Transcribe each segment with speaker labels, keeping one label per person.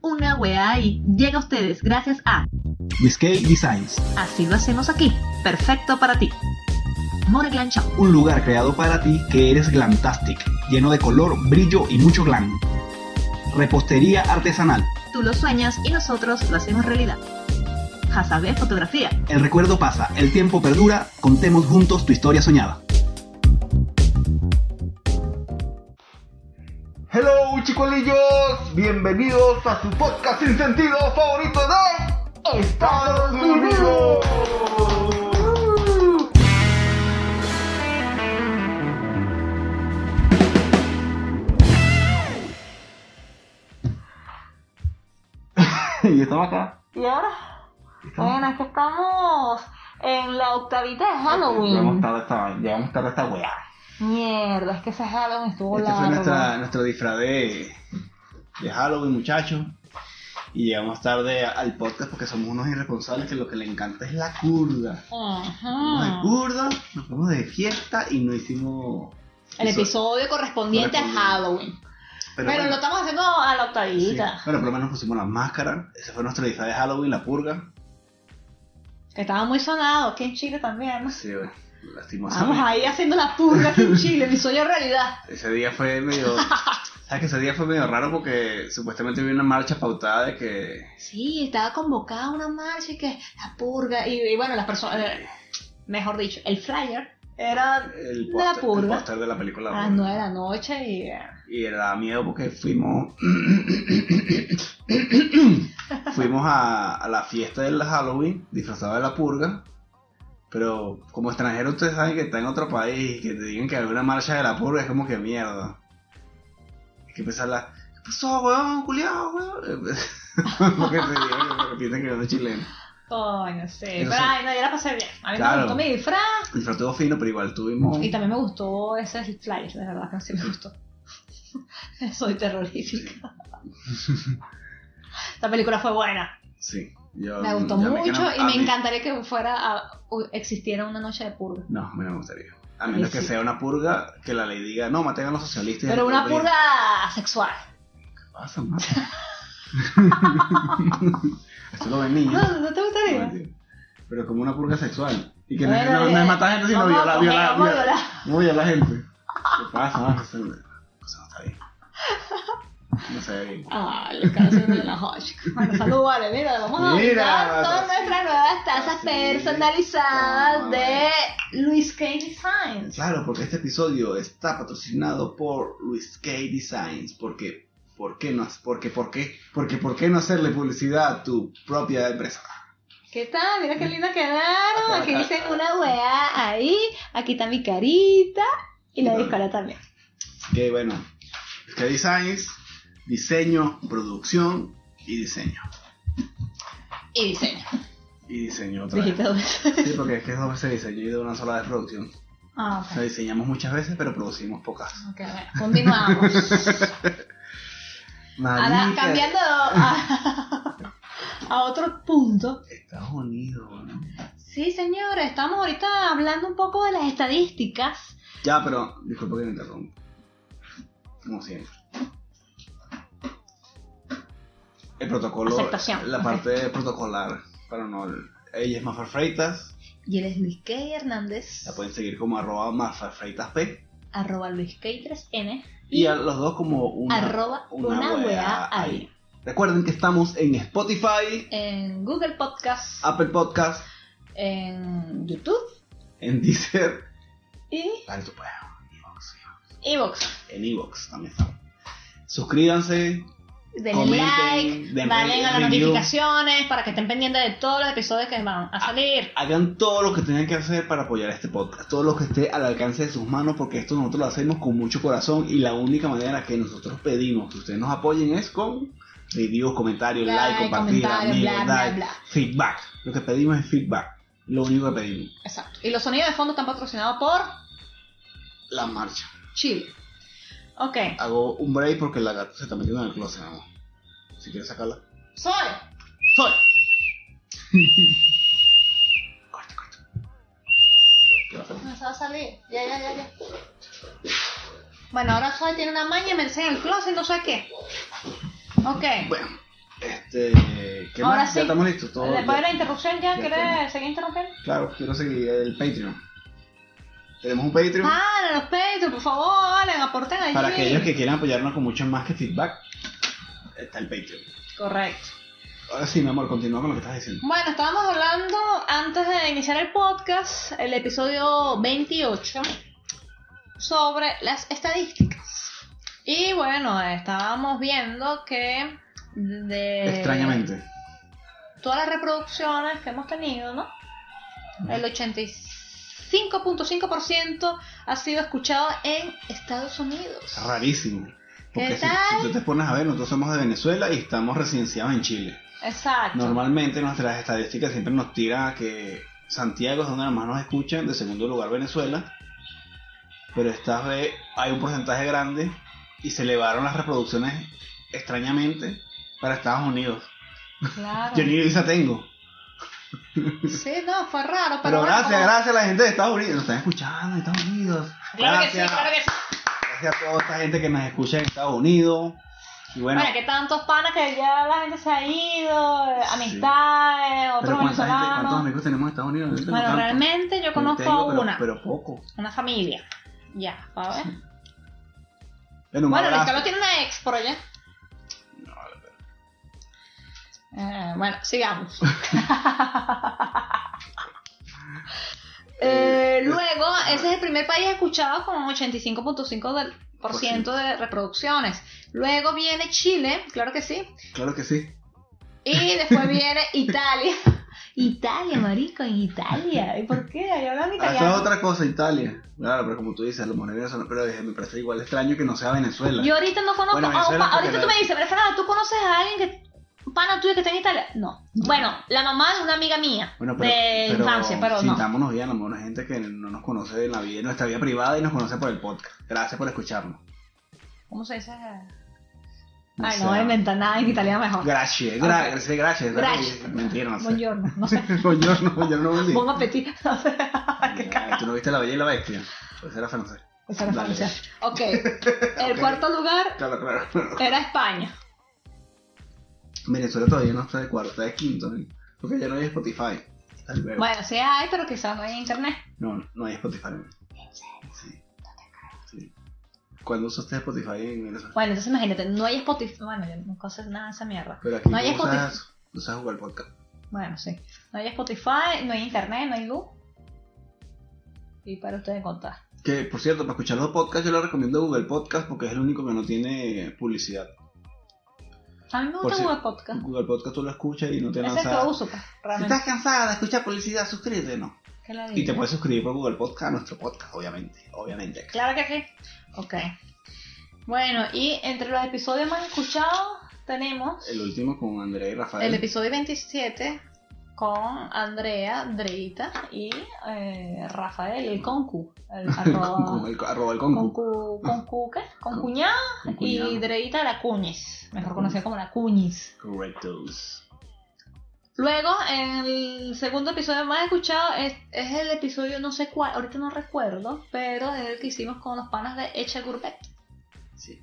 Speaker 1: una weá y llega a ustedes gracias a
Speaker 2: Whiskey Designs,
Speaker 1: Así lo hacemos aquí, perfecto para ti. More Glam Shop,
Speaker 2: un lugar creado para ti que eres glantastic, lleno de color, brillo y mucho glam. Repostería artesanal,
Speaker 1: tú lo sueñas y nosotros lo hacemos realidad. Hasabé Fotografía,
Speaker 2: el recuerdo pasa, el tiempo perdura, contemos juntos tu historia soñada.
Speaker 3: Hello chicuelillos, bienvenidos a su podcast sin sentido favorito de Estados Unidos.
Speaker 2: y estamos acá.
Speaker 4: Y ahora, bueno, es que estamos en la octavita de
Speaker 2: Llevamos
Speaker 4: Halloween.
Speaker 2: tarde esta, llevamos tarde esta weá.
Speaker 4: Mierda, es que ese Halloween estuvo
Speaker 2: Este fue
Speaker 4: largo.
Speaker 2: nuestra, nuestro disfraz de, de Halloween, muchachos. Y llegamos tarde al podcast porque somos unos irresponsables que lo que le encanta es la curda. Nos de
Speaker 4: Ajá.
Speaker 2: curda, nos fuimos de fiesta y no hicimos.
Speaker 4: El
Speaker 2: eso.
Speaker 4: episodio correspondiente a
Speaker 2: Correspondiente.
Speaker 4: Halloween. Pero,
Speaker 2: bueno,
Speaker 4: lo estamos haciendo a la
Speaker 2: sí.
Speaker 4: octavita.
Speaker 2: Bueno, por lo menos pusimos las máscaras. Ese fue nuestro disfraz de Halloween, la purga.
Speaker 4: Que estaba muy sonado aquí en Chile también.
Speaker 2: Sí, bueno,
Speaker 4: Vamos
Speaker 2: lastimosamente.
Speaker 4: ahí haciendo la purga aquí en Chile, mi sueño realidad.
Speaker 2: Ese día fue medio. ¿Sabes que ese día fue medio raro porque supuestamente había una marcha pautada de que.
Speaker 4: Sí, estaba convocada una marcha y que la purga. Y, y bueno, las personas. eh, Mejor dicho, el flyer era
Speaker 2: El
Speaker 4: La
Speaker 2: póster, el
Speaker 4: purga.
Speaker 2: póster de Ah, la película.
Speaker 4: a las
Speaker 2: Purga.
Speaker 4: 9 de la noche y. eh,
Speaker 2: Y le daba miedo porque fuimos. fuimos a, a la fiesta del Halloween, disfrazada de la purga. Pero como extranjero, ustedes saben que está en otro país y que te digan que hay una marcha de la purga, es como que mierda. Hay que empezar la. ¿Qué pasó, weón? Culiao, weón. porque te digan que- porque piensan que es chileno.
Speaker 4: Coño, sí.
Speaker 2: Eso
Speaker 4: Pero
Speaker 2: sí.
Speaker 4: ay, no, yo la pasé bien. A mí
Speaker 2: Claro.
Speaker 4: me gustó mi disfraz
Speaker 2: Disfraz todo fino, pero igual tuvimos.
Speaker 4: y también me gustó ese flyer, de verdad que sí me gustó. Soy terrorífica. Esta película fue buena.
Speaker 2: Sí. yo-
Speaker 4: Me gustó
Speaker 2: yo
Speaker 4: mucho
Speaker 2: Mm, quedo-
Speaker 4: y
Speaker 2: a
Speaker 4: me
Speaker 2: mí-
Speaker 4: encantaría que fuera a- u- existiera una noche de purga.
Speaker 2: No, a mí no me gustaría. A
Speaker 4: A mí
Speaker 2: menos que
Speaker 4: sí.
Speaker 2: sea una purga que la ley diga, no, maten a los socialistas. y a
Speaker 4: Pero
Speaker 2: los
Speaker 4: una
Speaker 2: comunistas".
Speaker 4: purga sexual.
Speaker 2: ¿Qué pasa, ma? Esto lo ven niños.
Speaker 4: No, no te gustaría.
Speaker 2: Pero como una purga sexual. Y que no-
Speaker 4: Bueno,
Speaker 2: no, no es
Speaker 4: bien.
Speaker 2: matar gente, sino
Speaker 4: Vamos a
Speaker 2: violar,
Speaker 4: coger,
Speaker 2: violar,
Speaker 4: vamos a
Speaker 2: violar.
Speaker 4: violar.
Speaker 2: No violar gente. ¿Qué pasa, ma? Eso no eso no está bien. No se ve bien.
Speaker 4: Ay, la canción Ah, de la Hodge. Bueno, salúdale, mira, vamos a
Speaker 2: Mira,
Speaker 4: mira, todas
Speaker 2: sí.
Speaker 4: nuestras nuevas tazas
Speaker 2: Sí.
Speaker 4: personalizadas
Speaker 2: Ah,
Speaker 4: de Luis K. Designs.
Speaker 2: Claro, porque este episodio está patrocinado por Luis K Designs. Porque, ¿por qué no? Porque, ¿por qué? Porque, ¿por qué no hacerle publicidad a tu propia empresa?
Speaker 4: ¿Qué tal? Mira qué linda quedaron.
Speaker 2: Acá,
Speaker 4: Aquí
Speaker 2: acá,
Speaker 4: dicen
Speaker 2: acá.
Speaker 4: una weá ahí. Aquí está mi carita. Y la de Escola también.
Speaker 2: Que bueno, Luis K Designs, diseño, producción y diseño.
Speaker 4: Y diseño.
Speaker 2: Y diseño otra vez.
Speaker 4: Dijiste dos veces.
Speaker 2: Sí, porque es que es dos veces diseño y de una sola vez producción.
Speaker 4: Ah,
Speaker 2: O sea,
Speaker 4: ok.
Speaker 2: diseñamos muchas veces, pero producimos pocas.
Speaker 4: Ok, bueno, continuamos. Ahora,
Speaker 2: Marica,
Speaker 4: cambiando a, a otro punto.
Speaker 2: Estados Unidos, ¿no?
Speaker 4: Sí, señores, estamos ahorita hablando un poco de las estadísticas.
Speaker 2: Ya, pero disculpa que me interrumpa. Como siempre. El protocolo.
Speaker 4: Aceptación,
Speaker 2: La
Speaker 4: ok.
Speaker 2: parte protocolar. Para no. Ella es Mafa Freitas.
Speaker 4: Y él es Luis K. Hernández,
Speaker 2: La pueden seguir como arroba Mafa Freitas P.
Speaker 4: arroba Luis K. 3N,
Speaker 2: Y a los dos como una.
Speaker 4: arroba
Speaker 2: una
Speaker 4: una,
Speaker 2: weá
Speaker 4: weá
Speaker 2: ahí.
Speaker 4: ahí.
Speaker 2: Recuerden que estamos en Spotify,
Speaker 4: En Google Podcast,
Speaker 2: Apple Podcast,
Speaker 4: en YouTube
Speaker 2: en Deezer.
Speaker 4: y
Speaker 2: Dale tu pedo, en iVoox.
Speaker 4: Evox.
Speaker 2: En Evox también estamos. Suscríbanse.
Speaker 4: Denle
Speaker 2: Comenten,
Speaker 4: like,
Speaker 2: den
Speaker 4: dale a las
Speaker 2: review.
Speaker 4: notificaciones para que estén pendientes de todos los episodios que van a salir.
Speaker 2: Hagan todo lo que tengan que hacer para apoyar este podcast, todo lo que esté al alcance de sus manos, porque esto nosotros lo hacemos con mucho corazón y la única manera en la que nosotros pedimos que ustedes nos apoyen es con reviews, comentarios, like,
Speaker 4: Like,
Speaker 2: compartir,
Speaker 4: comentarios,
Speaker 2: amigos,
Speaker 4: bla, bla,
Speaker 2: like,
Speaker 4: bla.
Speaker 2: feedback. Lo que pedimos es feedback, lo único que pedimos.
Speaker 4: Exacto. Y los sonidos de fondo están patrocinados por
Speaker 2: La marcha.
Speaker 4: Chile. Ok.
Speaker 2: Hago un break porque la gata se está metiendo en el closet, mi amor. Si quieres sacarla.
Speaker 4: Soy.
Speaker 2: Soy. corta, corta. ¿Qué va a hacer?
Speaker 4: No se va a salir. Ya, ya, ya, ya. Bueno, ahora Soy tiene una maña y me enseña el closet, no sé qué. Ok.
Speaker 2: Bueno, Este, ¿qué
Speaker 4: Ahora
Speaker 2: más?
Speaker 4: sí.
Speaker 2: Ya estamos listos. Todo,
Speaker 4: Después de
Speaker 2: ya-
Speaker 4: la interrupción, ¿ya
Speaker 2: Ya
Speaker 4: quieres
Speaker 2: estamos.
Speaker 4: seguir interrumpiendo?
Speaker 2: Claro, quiero seguir el Patreon. Tenemos un Patreon
Speaker 4: Ah, los Patreon, por favor, Alan, aporten allí.
Speaker 2: para aquellos que quieran apoyarnos con mucho más que feedback. Está el Patreon.
Speaker 4: Correcto.
Speaker 2: Ahora sí, mi amor, continúa con lo que estás diciendo.
Speaker 4: Bueno, estábamos hablando antes de iniciar el podcast, el episodio 28, sobre las estadísticas. Y bueno, estábamos viendo que de
Speaker 2: Extrañamente.
Speaker 4: todas las reproducciones que hemos tenido, ¿no? El 85.5% ha sido escuchado en Estados Unidos.
Speaker 2: Es rarísimo. Porque
Speaker 4: ¿Qué
Speaker 2: si,
Speaker 4: tal?
Speaker 2: si tú te pones a ver, nosotros somos de Venezuela y estamos residenciados en Chile.
Speaker 4: Exacto.
Speaker 2: Normalmente nuestras estadísticas siempre nos tira a que Santiago es donde más nos escuchan, de segundo lugar Venezuela. Pero esta vez hay un porcentaje grande y se elevaron las reproducciones extrañamente para Estados Unidos.
Speaker 4: Claro.
Speaker 2: Yo ni visa tengo.
Speaker 4: Sí, no, fue raro, pero,
Speaker 2: Pero
Speaker 4: bueno,
Speaker 2: gracias,
Speaker 4: como-
Speaker 2: gracias a la gente de Estados Unidos. Nos están escuchando en Estados Unidos.
Speaker 4: Claro que sí,
Speaker 2: gracias.
Speaker 4: claro que sí.
Speaker 2: Gracias a toda esta gente que nos escucha en Estados Unidos. Y bueno,
Speaker 4: Bueno, que tantos panas que ya la gente se ha ido, eh,
Speaker 2: Sí.
Speaker 4: amistades,
Speaker 2: pero
Speaker 4: otros
Speaker 2: ¿cuánta gente, ¿cuántos
Speaker 4: venezolanos.
Speaker 2: amigos tenemos en Estados Unidos? Yo tengo
Speaker 4: Bueno,
Speaker 2: tantos.
Speaker 4: realmente yo conozco
Speaker 2: Tengo,
Speaker 4: a
Speaker 2: pero-
Speaker 4: una,
Speaker 2: Pero poco.
Speaker 4: una familia. Ya, a ver.
Speaker 2: Bueno, un
Speaker 4: Bueno,
Speaker 2: abrazo.
Speaker 4: Ricardo tiene una ex por allá. Eh, bueno, sigamos. Eh, luego, ese es el primer país escuchado con 85.5% del- por ciento de reproducciones. Luego viene Chile, claro que sí.
Speaker 2: Claro que sí.
Speaker 4: Y después viene Italia. Italia, marico, en Italia. ¿Y por qué? Yo hablaba en
Speaker 2: Ah, Eso es
Speaker 4: italiano.
Speaker 2: otra cosa, Italia. Claro, pero como tú dices, a lo mejor es venezolano, pero eh, me parece igual extraño que no sea Venezuela.
Speaker 4: Yo ahorita no conozco.
Speaker 2: Bueno,
Speaker 4: ah,
Speaker 2: Venezuela
Speaker 4: pa-
Speaker 2: porque
Speaker 4: ahorita tú
Speaker 2: la-
Speaker 4: me dices, pero Fernanda, ¿tú conoces a alguien que. pana tuyo que está en Italia? No. Bueno, la mamá es una amiga mía.
Speaker 2: bueno, pero,
Speaker 4: de
Speaker 2: pero
Speaker 4: infancia, pero no.
Speaker 2: sintámonos bien, a lo mejor hay gente que no nos conoce de la vida, en nuestra vida privada y nos conoce por el podcast. Gracias por escucharnos.
Speaker 4: ¿Cómo se dice?
Speaker 2: No
Speaker 4: Ay,
Speaker 2: sé.
Speaker 4: no voy a inventar nada en italiano mejor.
Speaker 2: Gracias, gra-
Speaker 4: Ok.
Speaker 2: gracias, gracias.
Speaker 4: Gracias.
Speaker 2: Mentira, no sé.
Speaker 4: Buongiorno, no sé.
Speaker 2: Buongiorno, buongiorno, buen día.
Speaker 4: Bon appetit. No sé. Qué
Speaker 2: Ay, ¿Tú no viste La Bella y la Bestia? Pues era francés.
Speaker 4: Esa era
Speaker 2: Dale.
Speaker 4: Francia. Ok. El cuarto lugar
Speaker 2: Claro, claro.
Speaker 4: era España.
Speaker 2: Venezuela todavía no está de cuarto, está de quinto. ¿eh? Porque ya no hay Spotify. Tal vez.
Speaker 4: Bueno, sí hay, pero quizás no hay internet.
Speaker 2: No, no hay Spotify. Sí. sí. ¿Cuándo usaste Spotify en Venezuela?
Speaker 4: Bueno, entonces imagínate, no hay Spotify. Bueno, yo nunca sé nada de esa mierda.
Speaker 2: Pero aquí
Speaker 4: No hay
Speaker 2: tú usas, usas Google Podcast.
Speaker 4: Bueno, sí. No hay Spotify, no hay internet, no hay luz. Y para ustedes contar.
Speaker 2: Que, por cierto, para escuchar los podcasts yo les recomiendo Google Podcast porque es el único que no tiene publicidad.
Speaker 4: A mí me
Speaker 2: Por
Speaker 4: gusta
Speaker 2: si-
Speaker 4: Google Podcast.
Speaker 2: Google Podcast tú lo escuchas y no Pues te
Speaker 4: Ese es lo
Speaker 2: lanza...
Speaker 4: uso, pues,
Speaker 2: Si
Speaker 4: realmente.
Speaker 2: estás cansada de escuchar publicidad, suscríbete, ¿no?
Speaker 4: ¿Qué le
Speaker 2: Y te
Speaker 4: digo?
Speaker 2: puedes suscribir por Google Podcast a nuestro podcast, obviamente. Obviamente.
Speaker 4: Claro que sí. Ok. Bueno, y entre los episodios más escuchados tenemos
Speaker 2: El último con Andrea y Rafael.
Speaker 4: el episodio 27 con Andrea, Andreita y eh, Rafael, el Concu. El,
Speaker 2: Con
Speaker 4: arroba,
Speaker 2: el, arroba el concu.
Speaker 4: concu, concu, ¿qué? Concuñado.
Speaker 2: Con cuñado.
Speaker 4: Y Dreita la Cuñiz, mejor
Speaker 2: La
Speaker 4: conocida como la Cuñiz.
Speaker 2: Correctos.
Speaker 4: Luego, el segundo episodio más escuchado es, es el episodio no sé cuál, ahorita no recuerdo, pero es el que hicimos con los panas de Eche Gourmet.
Speaker 2: Sí.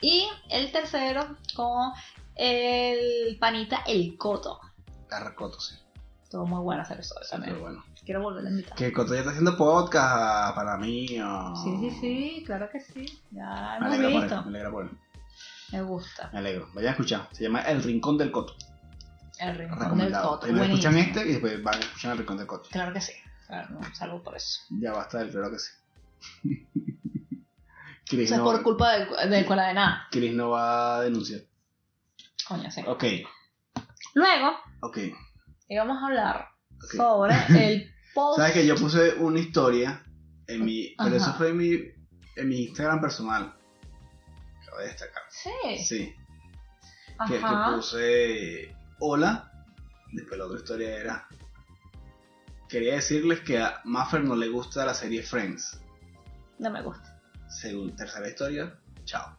Speaker 4: Y el tercero con el panita El Coto.
Speaker 2: Carracoto, sí.
Speaker 4: Estuvo muy bueno ese episodio
Speaker 2: Pero
Speaker 4: también.
Speaker 2: bueno.
Speaker 4: Quiero volver a invitar.
Speaker 2: Que Coto ya está haciendo podcast ah, para mí. o-
Speaker 4: Sí, sí, sí, claro que sí. Ya
Speaker 2: Me
Speaker 4: hemos
Speaker 2: alegra por él,
Speaker 4: visto.
Speaker 2: me alegra por él.
Speaker 4: Me gusta.
Speaker 2: Me alegro. Vayan a escuchar. Se llama El Rincón del Coto.
Speaker 4: El rincón del
Speaker 2: Recomendado.
Speaker 4: Coto.
Speaker 2: Primero escuchan
Speaker 4: buenísimo.
Speaker 2: este y después van a escuchar El Rincón del Coto.
Speaker 4: Claro que sí. Claro, un saludo por eso.
Speaker 2: Ya basta del claro que sí.
Speaker 4: O
Speaker 2: Chris,
Speaker 4: sea, es
Speaker 2: no,
Speaker 4: por culpa del, del cola de nada.
Speaker 2: Chris no va a denunciar.
Speaker 4: Coño, sí.
Speaker 2: Ok,
Speaker 4: Luego
Speaker 2: ok.
Speaker 4: íbamos a hablar
Speaker 2: ok.
Speaker 4: sobre el post.
Speaker 2: Sabes que yo puse una historia en mi. Pero eso
Speaker 4: Ajá.
Speaker 2: fue en mi, en mi Instagram personal. Lo voy a destacar.
Speaker 4: Sí.
Speaker 2: Sí. que, que
Speaker 4: Ajá.
Speaker 2: puse hola. Después la otra historia era. Quería decirles que a Maffer no le gusta la serie Friends.
Speaker 4: No me gusta.
Speaker 2: Según tercera historia, chao.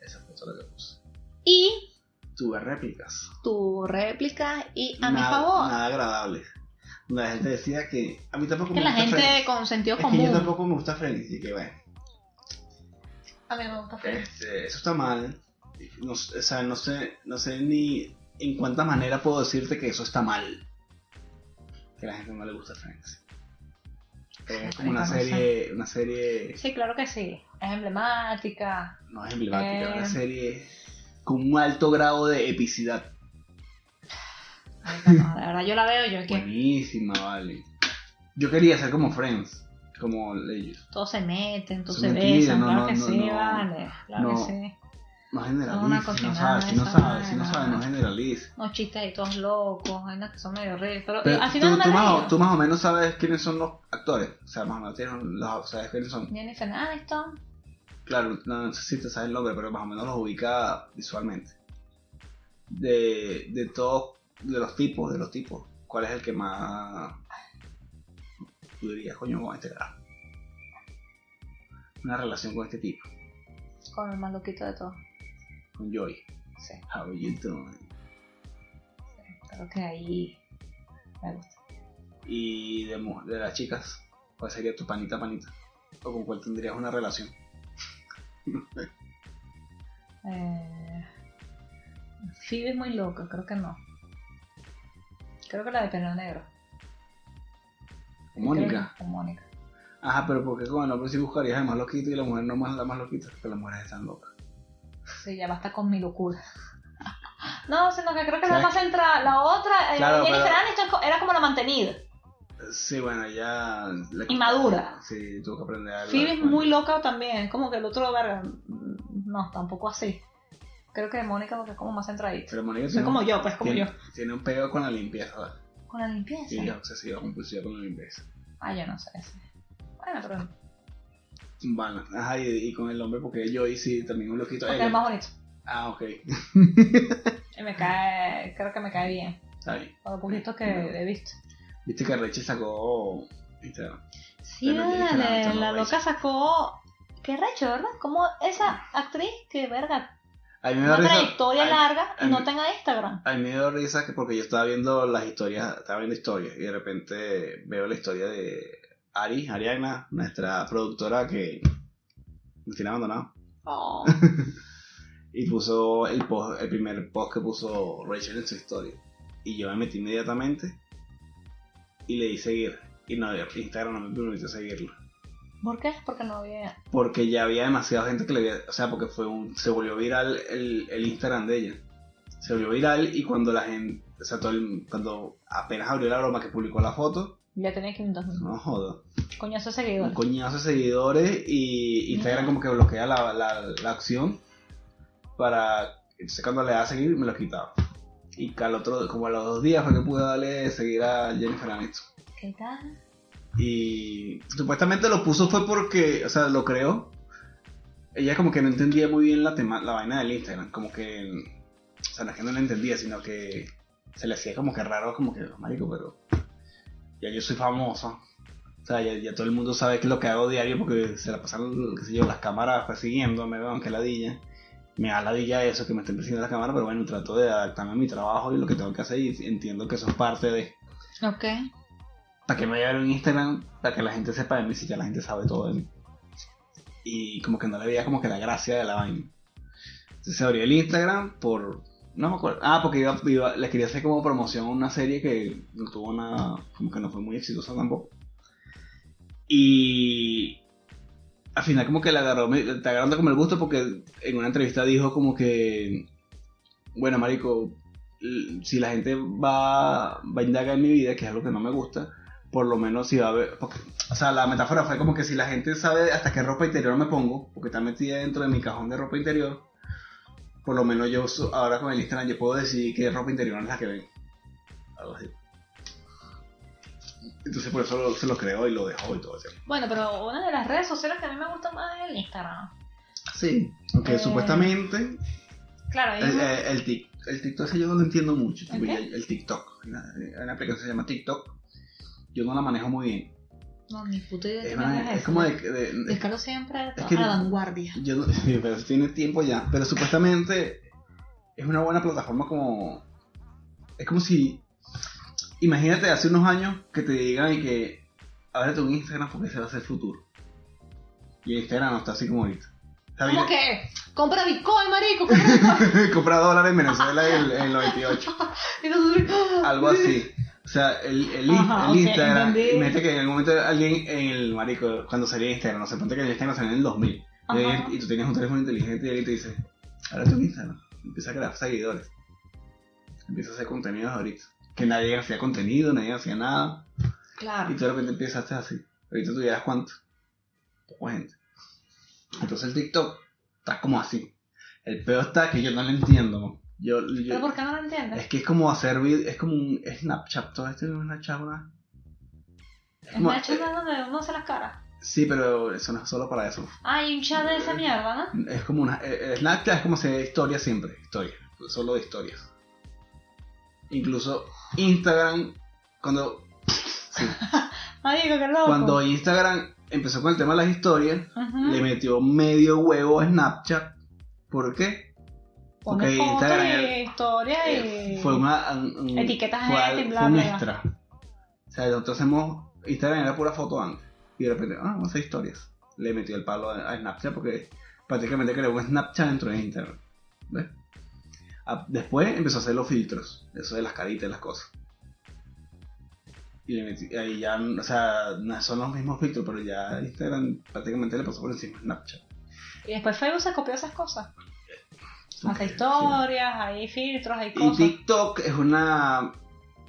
Speaker 2: Esa fue todo lo que puse.
Speaker 4: Y
Speaker 2: Tuve réplicas.
Speaker 4: tu réplica y a mi
Speaker 2: Nada-
Speaker 4: favor.
Speaker 2: Nada agradable. La gente decía que a mí tampoco
Speaker 4: que
Speaker 2: me
Speaker 4: la
Speaker 2: gusta
Speaker 4: gente
Speaker 2: Friends.
Speaker 4: con sentido
Speaker 2: Es que yo
Speaker 4: común.
Speaker 2: tampoco me gusta Friends. Y que bueno,
Speaker 4: A mí me gusta Friends.
Speaker 2: este, eso está mal. no, s- o sea, no sé, no sé ni en cuánta manera puedo decirte que eso está mal. Que a la gente no le gusta Friends. Pero es como una
Speaker 4: Friends, no
Speaker 2: serie, una serie
Speaker 4: Sí, claro que sí. Es emblemática.
Speaker 2: no es emblemática, es
Speaker 4: Eh.
Speaker 2: una serie con un alto grado de epicidad.
Speaker 4: Marica, no, de verdad, yo la veo yo es que
Speaker 2: Buenísima, vale. Yo quería ser como Friends, como ellos.
Speaker 4: todos se meten, todos se
Speaker 2: Es mentira,
Speaker 4: besan,
Speaker 2: no,
Speaker 4: claro
Speaker 2: no,
Speaker 4: que
Speaker 2: no,
Speaker 4: sí,
Speaker 2: no.
Speaker 4: vale. Claro
Speaker 2: No.
Speaker 4: que sí.
Speaker 2: No generalices,
Speaker 4: una
Speaker 2: si no
Speaker 4: cochinada
Speaker 2: sabes, si no
Speaker 4: esa
Speaker 2: sabes, si no
Speaker 4: vaina.
Speaker 2: sabes, no generalices.
Speaker 4: Unos chistes ahí todos locos, hay unas que son medio reales. Pero,
Speaker 2: Pero
Speaker 4: al
Speaker 2: tú,
Speaker 4: final no me
Speaker 2: tú más,
Speaker 4: río.
Speaker 2: o- tú más o menos sabes quiénes son los actores. O sea, más o menos tienes los- sabes quiénes son.
Speaker 4: Jennifer Aniston,
Speaker 2: Claro, no, no sé si te sabes el nombre, pero más o menos los ubica visualmente. De, de todos, de los tipos, de los tipos. ¿Cuál es el que más... Tú dirías, coño, con este carajo. Una relación con este tipo,
Speaker 4: con el más loquito de todos.
Speaker 2: con Joy.
Speaker 4: Sí,
Speaker 2: How you doing?
Speaker 4: creo que ahí me gusta.
Speaker 2: Y de, mu- de las chicas, ¿cuál sería tu panita panita? ¿O con cuál tendrías una relación?
Speaker 4: Eh, Phoebe es muy loca, creo que no. Creo que la de pelo negro.
Speaker 2: ¿Con Mónica.
Speaker 4: Creo que Con Mónica.
Speaker 2: Ajá, pero porque con el hombre sí buscarías el más loquito y la mujer no más la más loquita, porque las mujeres están locas.
Speaker 4: Sí, ya basta con mi locura. No, sino que creo que es la
Speaker 2: ¿Sabes
Speaker 4: más central. La otra, eh,
Speaker 2: Claro,
Speaker 4: Jennifer
Speaker 2: pero-
Speaker 4: Aniston co- era como la mantenida.
Speaker 2: Sí, bueno, ya... le-
Speaker 4: Inmadura.
Speaker 2: Sí, tuvo que aprender algo.
Speaker 4: Phoebe es muy loca también, como que el otro, verga, no, tampoco así. Creo que Mónica porque es como más centradita.
Speaker 2: Pero Mónica
Speaker 4: No
Speaker 2: tiene,
Speaker 4: como yo, pues como
Speaker 2: tiene,
Speaker 4: yo.
Speaker 2: tiene un pego con la limpieza, ¿verdad?
Speaker 4: Con la limpieza.
Speaker 2: Y es obsesiva compulsiva con la limpieza.
Speaker 4: Ah, yo no sé. sí. Bueno, pero
Speaker 2: Bueno, ajá, y, y con el hombre, porque yo y sí, también un loquito.
Speaker 4: porque
Speaker 2: Ella-
Speaker 4: es más bonito.
Speaker 2: Ah, ok,
Speaker 4: Y me cae, creo que me cae bien.
Speaker 2: está bien.
Speaker 4: Por lo poquito que
Speaker 2: No.
Speaker 4: he visto.
Speaker 2: Viste que Reche sacó... Instagram.
Speaker 4: Sí,
Speaker 2: Pero Jennifer
Speaker 4: vale,
Speaker 2: Aniston no
Speaker 4: la
Speaker 2: lo
Speaker 4: loca
Speaker 2: hizo.
Speaker 4: sacó. Qué recho, ¿verdad? Como esa actriz que, verga,
Speaker 2: A mí me
Speaker 4: una
Speaker 2: da risa-
Speaker 4: trayectoria
Speaker 2: a-
Speaker 4: larga y
Speaker 2: ay,
Speaker 4: no
Speaker 2: me-
Speaker 4: tenga Instagram.
Speaker 2: A mí me dio risa que porque yo estaba viendo las historias, estaba viendo historias y de repente veo la historia de Ari, Ariana, nuestra productora que nos tiene abandonado.
Speaker 4: Oh,
Speaker 2: Y puso el, post, el primer post que puso Rachel en su historia. Y yo me metí inmediatamente y le di seguir. Y no, Instagram no me permitió seguirlo.
Speaker 4: ¿Por qué? Porque no había.
Speaker 2: Porque ya había demasiada gente que le había... O sea, porque fue un, se volvió viral el, el Instagram de ella. Se volvió viral y cuando la gente... O sea, todo el- cuando apenas abrió la broma que publicó la foto,
Speaker 4: Ya tenía 500 mil.
Speaker 2: no joda.
Speaker 4: Coñazo de
Speaker 2: Un
Speaker 4: seguidores.
Speaker 2: coñazo de seguidores y Instagram como que bloquea la, la, la acción para... Entonces cuando le da a seguir me lo quitaba. Y que al otro, como a los dos días fue que pude darle seguir a Jennifer Aniston.
Speaker 4: ¿Qué tal?
Speaker 2: Y supuestamente lo puso fue porque, o sea, lo creo. Ella como que no entendía muy bien la, tema, la vaina del Instagram. Como que, o sea, no es que no la entendía, sino que se le hacía como que raro, como que, marico, pero ya yo soy famosa. O sea, ya, ya todo el mundo sabe que es lo que hago diario porque se la pasaron, qué sé yo, las cámaras persiguiéndome, vean que ladilla. Me da ladilla eso que me estén persiguiendo la cámara, pero bueno, trato de adaptarme a mi trabajo y lo que tengo que hacer y entiendo que eso es parte de
Speaker 4: Ok.
Speaker 2: para que me vaya a ver en Instagram, para que la gente sepa de mí, si ya la gente sabe todo de mí. Y como que no le veía como que la gracia de la vaina. Entonces se abrió el Instagram por... No me acuerdo. Ah, porque iba, iba- le quería hacer como promoción a una serie que no tuvo una... Como que no fue muy exitosa tampoco. Y... Al final como que le agarró... me- Te agarrando como el gusto porque en una entrevista dijo como que... Bueno, marico, l- si la gente va, va a indagar en mi vida, que es algo que no me gusta, por lo menos si va a ver. porque- o sea, la metáfora fue como que si la gente sabe hasta qué ropa interior me pongo, porque está metida dentro de mi cajón de ropa interior, por lo menos yo so- ahora con el Instagram yo puedo decidir qué ropa interior es la que ven. Algo así. Entonces por eso lo- se lo creó y lo dejó y todo eso.
Speaker 4: Bueno, pero una de las redes sociales que a mí me gusta más es el Instagram.
Speaker 2: Sí. Aunque
Speaker 4: Eh.
Speaker 2: supuestamente
Speaker 4: Claro, ahí
Speaker 2: el, eh, el, tic- el TikTok ese yo no lo entiendo mucho. tipo,
Speaker 4: ¿El qué?
Speaker 2: ya- el, TikTok. Hay una, hay una aplicación que se llama TikTok. Yo no la manejo muy bien.
Speaker 4: no, ni puta idea.
Speaker 2: Es,
Speaker 4: qué
Speaker 2: una-
Speaker 4: mierda
Speaker 2: eh, es
Speaker 4: eso.
Speaker 2: como de- de,
Speaker 4: Descargo siempre
Speaker 2: Es que-
Speaker 4: a la vanguardia.
Speaker 2: Yo no- sí, pero eso tiene tiempo ya. Pero supuestamente es una buena plataforma como. Es como si. Imagínate hace unos años que te digan y que. Ábrete un Instagram porque ese va a ser el futuro. Y el Instagram no está así como ahorita. Está
Speaker 4: Como
Speaker 2: bien.
Speaker 4: que, compra Bitcoin, marico, compra Bitcoin.
Speaker 2: Compra dólares en Venezuela en el 98.
Speaker 4: y nosotros,
Speaker 2: Algo así. O sea, el, el, in-
Speaker 4: Ajá,
Speaker 2: el
Speaker 4: ok,
Speaker 2: Instagram.
Speaker 4: entendí.
Speaker 2: imagínate que en algún momento alguien en el marico, cuando salía Instagram, no sé, ponte que el Instagram salió en el 2000. Y,
Speaker 4: Ajá.
Speaker 2: alguien- y tú tenías un teléfono inteligente y alguien te dice, ahora tu Instagram. Empieza a crear seguidores. Empieza a hacer contenidos ahorita. Que nadie hacía contenido, nadie hacía nada. Y
Speaker 4: Claro.
Speaker 2: tú de repente empezaste así. Ahorita tú llevas cuánto? Poca gente. Entonces el TikTok está como así. El peor está que yo no lo entiendo. mo. Yo, yo-
Speaker 4: ¿Pero por qué no lo entiendes?
Speaker 2: es que es como hacer vid- es como un Snapchat, todo esto es una chava.
Speaker 4: Es una chat donde uno hace las caras. Ah,
Speaker 2: Sí, pero eso no es solo para eso.
Speaker 4: Hay un chat de
Speaker 2: Eh,
Speaker 4: esa mierda, ¿no?
Speaker 2: Es como una. eh, eh, Snapchat es como se ve historia siempre, historia. Solo de historias. Incluso Instagram, cuando. sí,
Speaker 4: Marico, qué loco.
Speaker 2: cuando Instagram empezó con el tema de las historias,
Speaker 4: Ujú.
Speaker 2: le metió medio huevo a Snapchat. ¿Por qué?
Speaker 4: Pone
Speaker 2: ok,
Speaker 4: fotos
Speaker 2: Instagram
Speaker 4: y historia y...
Speaker 2: Eh, fue una. un- un-
Speaker 4: Etiquetas
Speaker 2: fue,
Speaker 4: gente
Speaker 2: al-
Speaker 4: y bla,
Speaker 2: fue un
Speaker 4: bla, bla.
Speaker 2: extra. O sea, nosotros hacemos. Instagram era pura foto antes. Y de repente, ah, vamos a hacer historias. Le metió el palo a, a Snapchat porque prácticamente creó un Snapchat dentro de Instagram. ¿Ves? Ah, Después empezó a hacer los filtros, eso de las caritas y las cosas. Y le metí- ahí ya, o sea, no son los mismos filtros, pero ya Instagram prácticamente le pasó por encima a Snapchat.
Speaker 4: Y después Facebook se copió esas cosas. Hace
Speaker 2: Sí.
Speaker 4: historias, hay filtros, hay
Speaker 2: Y
Speaker 4: cosas.
Speaker 2: TikTok es una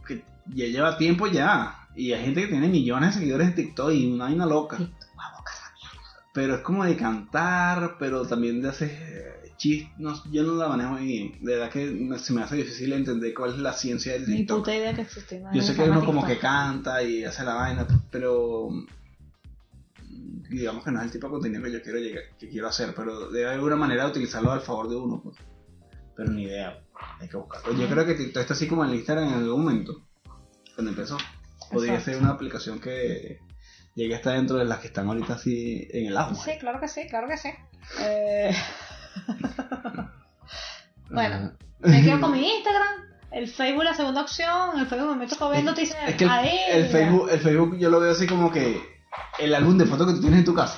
Speaker 2: que ya lleva tiempo ya. Y hay gente que tiene millones de seguidores en TikTok y una vaina loca. Pero es como de cantar, pero también de hacer chistes. yo no la manejo muy bien. De verdad que me- se me hace difícil entender cuál es la ciencia del
Speaker 4: Ni
Speaker 2: TikTok.
Speaker 4: puta idea que existe. ¿no?
Speaker 2: Yo sé
Speaker 4: Se
Speaker 2: que
Speaker 4: llama
Speaker 2: uno como que
Speaker 4: TikTok.
Speaker 2: canta y hace la vaina, pero digamos que no es el tipo de contenido que yo quiero llegar, que quiero hacer, pero de alguna manera utilizarlo al favor de uno, pues. Pero ni idea, hay que buscarlo. Yo creo que TikTok está así como el Instagram en algún momento, cuando empezó. Podría
Speaker 4: Exacto.
Speaker 2: ser una aplicación que llegue hasta dentro de las que están ahorita así en el agua.
Speaker 4: Sí, claro que sí, claro que sí. Eh, bueno, me quedo con mi Instagram. El Facebook la segunda opción. El Facebook me meto para ver noticias.
Speaker 2: Es que el,
Speaker 4: Ahí,
Speaker 2: el Facebook, el Facebook yo lo veo así como que el álbum de fotos que tú tienes en tu casa.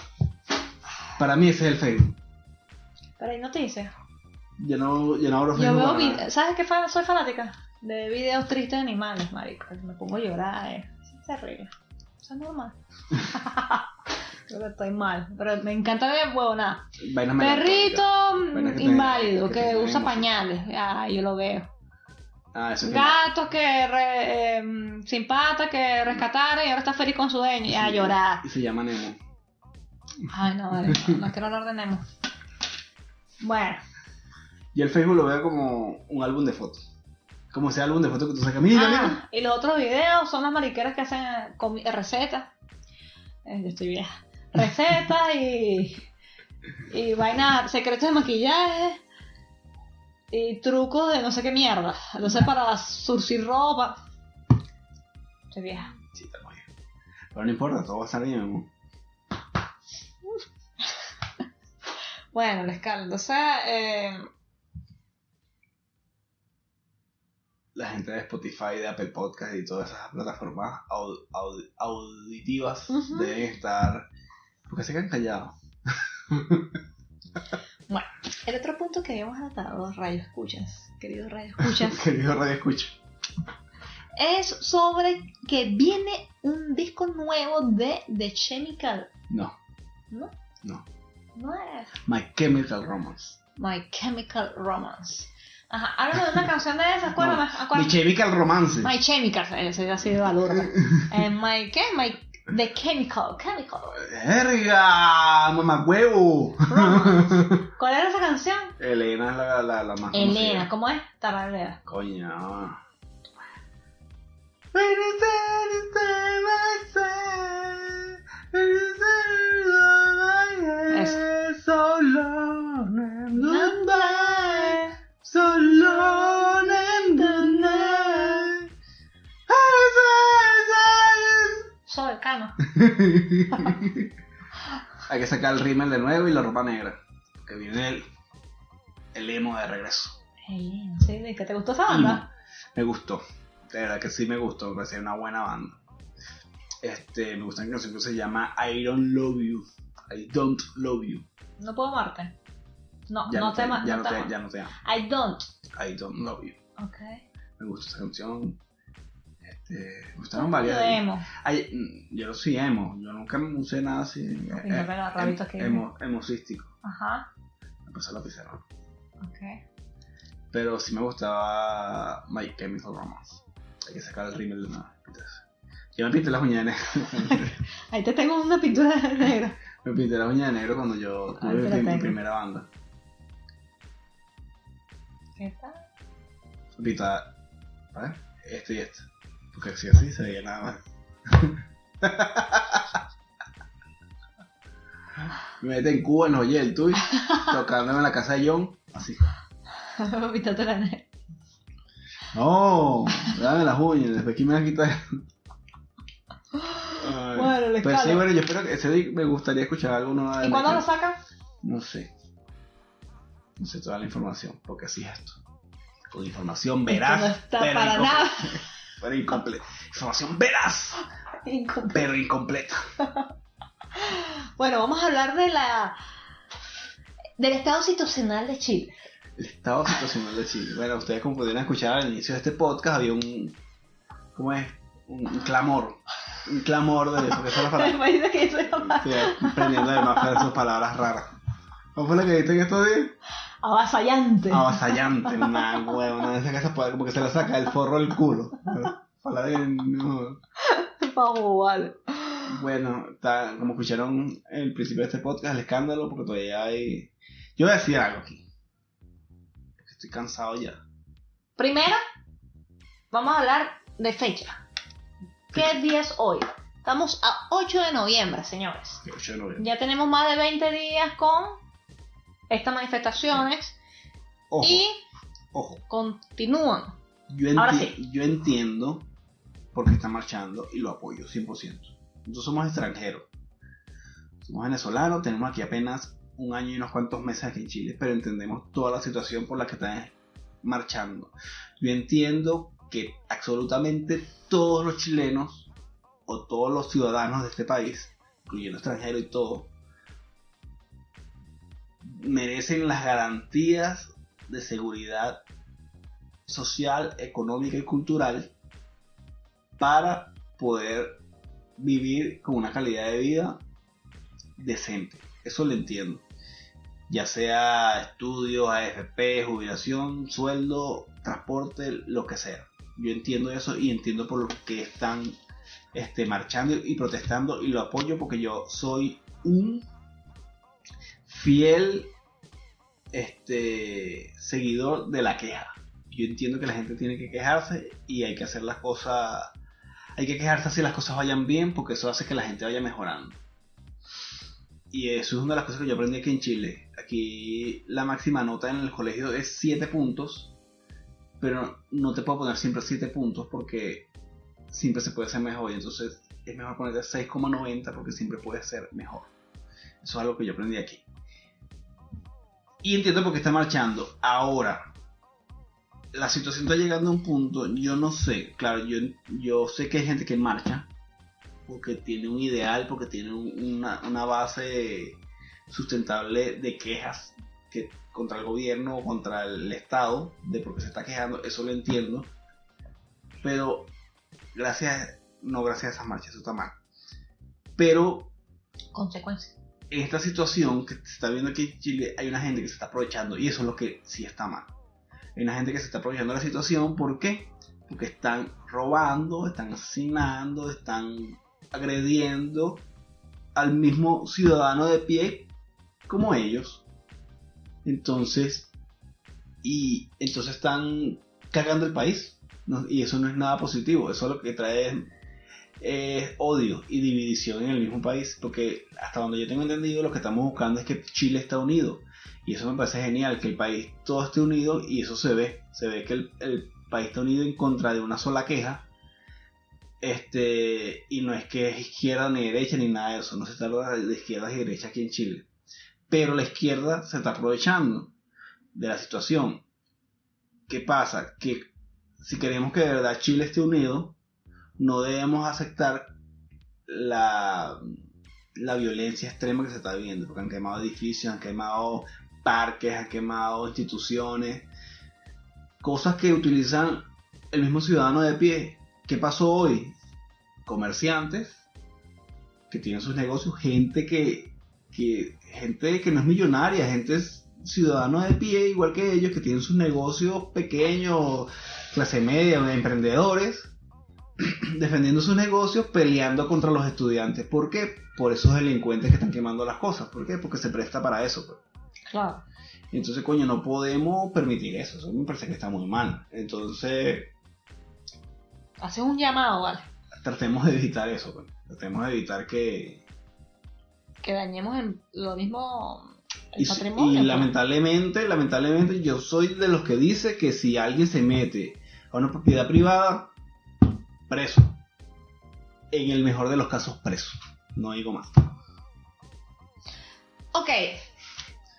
Speaker 2: Para mí ese es el Facebook.
Speaker 4: Pero hay noticias.
Speaker 2: Yo no, yo no abro
Speaker 4: Yo
Speaker 2: Facebook.
Speaker 4: veo
Speaker 2: para nada.
Speaker 4: vide- ¿Sabes qué fan- soy fanática? De videos tristes de animales, marico. Me pongo a llorar, eh. Es terrible. Eso es normal. Creo que estoy mal. Pero me encanta ver huevonada.
Speaker 2: Vainas melancólicas.
Speaker 4: Perrito mm,
Speaker 2: Bueno, es que te-
Speaker 4: inválido
Speaker 2: que
Speaker 4: que,
Speaker 2: te tenemos.
Speaker 4: usa pañales. Ah, yo lo veo.
Speaker 2: Ah, eso es que-
Speaker 4: Gatos que re- em, sin pata que rescataron y ahora está feliz con su dueño. Y a
Speaker 2: Sí.
Speaker 4: llorar.
Speaker 2: Y se llama Nemo.
Speaker 4: Ay, no, vale. No, no quiero hablar de Nemo. Bueno,
Speaker 2: Yo el Facebook lo veo como un álbum de fotos. Como ese álbum de fotos que tú sacas. Mira, mira.
Speaker 4: Ah, y los otros videos son las mariqueras que hacen comi- recetas. Eh, yo estoy vieja. Recetas y. y vainas, secretos de maquillaje. Y trucos de no sé qué mierda. Entonces, para surcir ropa. Estoy vieja.
Speaker 2: Sí, está muy bien. Pero no importa, todo va a estar bien, amor.
Speaker 4: Bueno, les caldo. Entonces, eh,
Speaker 2: La gente de Spotify, de Apple Podcast y todas esas plataformas au- au- auditivas
Speaker 4: Ujú.
Speaker 2: deben estar. Porque se quedan callados.
Speaker 4: el otro punto que habíamos tratado, radio escuchas, queridos radio escuchas,
Speaker 2: Querido Radio Escucha.
Speaker 4: es sobre que viene un disco nuevo de The Chemical
Speaker 2: No.
Speaker 4: No es
Speaker 2: My Chemical Romance.
Speaker 4: My Chemical Romance. Ajá, háblame de una canción de esas, acuérdame,
Speaker 2: My
Speaker 4: acuérdame.
Speaker 2: Chemical Romance.
Speaker 4: My Chemical, ese ha sido valor. Eh, my, ¿qué? My, the Chemical, Chemical
Speaker 2: ¡Verga! ¡Mamá huevo!
Speaker 4: Romance. ¿Cuál era esa canción?
Speaker 2: Elena es la, la, la más
Speaker 4: Elena,
Speaker 2: conocida.
Speaker 4: ¿cómo es? Tararea.
Speaker 2: Coño.
Speaker 4: Soy Cano.
Speaker 2: Hay que sacar el rímel de nuevo y la ropa negra. Que viene el, el emo de regreso.
Speaker 4: Elena, sí, ¿de qué te gustó esa banda?
Speaker 2: Me gustó. De verdad que sí me gustó. Me parecía una buena banda. Este, me gusta una canción que se llama I Don't Love You. I Don't Love You.
Speaker 4: No puedo amarte. No,
Speaker 2: Ya
Speaker 4: no,
Speaker 2: no
Speaker 4: te,
Speaker 2: te,
Speaker 4: ama-
Speaker 2: ya
Speaker 4: no
Speaker 2: no
Speaker 4: te
Speaker 2: te-
Speaker 4: amo.
Speaker 2: ya no te amo.
Speaker 4: I don't.
Speaker 2: I don't love you.
Speaker 4: Ok.
Speaker 2: Me gusta esa canción. Este, me gustaron
Speaker 4: Yo
Speaker 2: varias. de ellas.
Speaker 4: emo.
Speaker 2: Ay, mm, yo no soy emo. Yo nunca me usé nada así.
Speaker 4: Fíjate
Speaker 2: eh,
Speaker 4: los
Speaker 2: em-
Speaker 4: rabitos que-
Speaker 2: emo- emocístico.
Speaker 4: Ajá.
Speaker 2: Me pasó la pizarra.
Speaker 4: Ok.
Speaker 2: Pero sí me gustaba My Chemical Romance. Hay que sacar el rímel de nada. Entonces, yo me pinté las uñas de negro.
Speaker 4: Ahí te tengo una pintura negra.
Speaker 2: me pinté las uñas de negro cuando yo
Speaker 4: Ay, te
Speaker 2: tuve
Speaker 4: Ah, la
Speaker 2: mi- mi,
Speaker 4: tengo.
Speaker 2: primera banda.
Speaker 4: ¿Esta?
Speaker 2: Me pintaba ¿vale? este ah, y este. Porque si así se veía nada más. me mete en Cuba en los el Tuy, tocándome en la casa de John, así.
Speaker 4: Pintarte la negra.
Speaker 2: No, dame las uñas, después que me van a quitar. Ay.
Speaker 4: Bueno, les
Speaker 2: Pues sí,
Speaker 4: calo.
Speaker 2: bueno, yo espero que ese día me gustaría escuchar alguno de
Speaker 4: ¿Y cuándo
Speaker 2: Michael.
Speaker 4: lo sacas?
Speaker 2: No sé. No sé toda la información, porque así es esto. Con información veraz.
Speaker 4: Esto no está
Speaker 2: pero
Speaker 4: para
Speaker 2: incomple-
Speaker 4: nada.
Speaker 2: Pero incompleta. Información veraz,
Speaker 4: Incomple-
Speaker 2: pero incompleta.
Speaker 4: Bueno, vamos a hablar de la del estado institucional de Chile.
Speaker 2: El estado situacional de Chile. Bueno, ustedes como pudieron escuchar al inicio de este podcast, había un. ¿Cómo es? Un, un clamor. Un clamor de eso, que son las
Speaker 4: Me
Speaker 2: palabras.
Speaker 4: imagino que eso es
Speaker 2: Estoy aprendiendo además para sus palabras raras. ¿Cómo fue lo que dijiste en estos días?
Speaker 4: avasallante.
Speaker 2: Ah, Avasallante, una huevona de esas que se puede- como que se la saca el forro del culo. Palabra que no-
Speaker 4: Vamos, vale.
Speaker 2: Bueno, ta- como escucharon en el principio de este podcast, el escándalo, porque todavía hay. Yo voy a decir algo aquí. Porque Estoy cansado ya.
Speaker 4: Primero, vamos a hablar de fecha. ¿Qué día es hoy? Estamos a 8 de noviembre, señores.
Speaker 2: Que ocho de noviembre.
Speaker 4: Ya tenemos más de 20 días con estas manifestaciones
Speaker 2: Ojo,
Speaker 4: y
Speaker 2: ojo.
Speaker 4: continúan.
Speaker 2: Yo, enti-
Speaker 4: Ahora sí.
Speaker 2: yo entiendo por qué está marchando y lo apoyo 100%. Nosotros somos extranjeros. Somos venezolanos, tenemos aquí apenas un año y unos cuantos meses aquí en Chile, pero entendemos toda la situación por la que están marchando. Yo entiendo que absolutamente todos los chilenos o todos los ciudadanos de este país, incluyendo extranjeros y todo, merecen las garantías de seguridad social, económica y cultural para poder vivir con una calidad de vida decente. Eso lo entiendo. Ya sea estudios, AFP, jubilación, sueldo, transporte, lo que sea. Yo entiendo eso y entiendo por lo que están este, marchando y protestando y lo apoyo porque yo soy un fiel este, seguidor de la queja yo entiendo que la gente tiene que quejarse y hay que hacer las cosas, hay que quejarse así las cosas vayan bien porque eso hace que la gente vaya mejorando. Y eso es una de las cosas que yo aprendí aquí en Chile. Aquí la máxima nota en el colegio es 7 puntos, pero no te puedo poner siempre 7 puntos porque siempre se puede ser mejor y entonces es mejor ponerte 6,90 porque siempre puede ser mejor. Eso es algo que yo aprendí aquí. Y entiendo por qué está marchando. Ahora, la situación está llegando a un punto, yo no sé, claro, yo, yo sé que hay gente que marcha porque tiene un ideal, porque tiene un- una, una base sustentable de quejas que, contra el gobierno o contra el Estado, de por qué se está quejando, eso lo entiendo, pero gracias, no gracias a esas marchas, eso está mal. Pero
Speaker 4: Consecuencias.
Speaker 2: en esta situación que se está viendo aquí en Chile, hay una gente que se está aprovechando y eso es lo que sí está mal. Hay una gente que se está aprovechando de la situación, ¿por qué? Porque están robando, están asesinando, están agrediendo al mismo ciudadano de pie como ellos. Entonces, y entonces están cagando el país. No- y eso no es nada positivo, eso lo que trae es es odio y división en el mismo país, porque hasta donde yo tengo entendido, lo que estamos buscando es que Chile está unido. Y eso me parece genial, que el país todo esté unido y eso se ve. Se ve que el, el país está unido en contra de una sola queja. Este, y no es que es izquierda ni derecha ni nada de eso, no se trata de izquierdas y derechas aquí en Chile. Pero la izquierda se está aprovechando de la situación. ¿Qué pasa? Que si queremos que de verdad Chile esté unido, no debemos aceptar la, la violencia extrema que se está viviendo, porque han quemado edificios, han quemado parques, han quemado instituciones, cosas que utilizan el mismo ciudadano de pie. ¿Qué pasó hoy? Comerciantes que tienen sus negocios, gente que, que gente que no es millonaria, gente es ciudadano de pie igual que ellos que tienen sus negocios pequeños, clase media, emprendedores defendiendo sus negocios, peleando contra los estudiantes. ¿Por qué? Por esos delincuentes que están quemando las cosas. ¿Por qué? Porque se presta para eso. pues.
Speaker 4: Claro.
Speaker 2: Y Entonces, coño, no podemos permitir eso. Eso me parece que está muy mal. Entonces,
Speaker 4: Haces un llamado, ¿vale?
Speaker 2: tratemos de evitar eso. pues. Tratemos de evitar que...
Speaker 4: Que dañemos en lo mismo el
Speaker 2: Y, si-
Speaker 4: patrimonio.
Speaker 2: y
Speaker 4: pues.
Speaker 2: lamentablemente, lamentablemente, yo soy de los que dice que si alguien se mete a una propiedad privada, preso. En el mejor de los casos, preso. No digo más.
Speaker 4: Ok.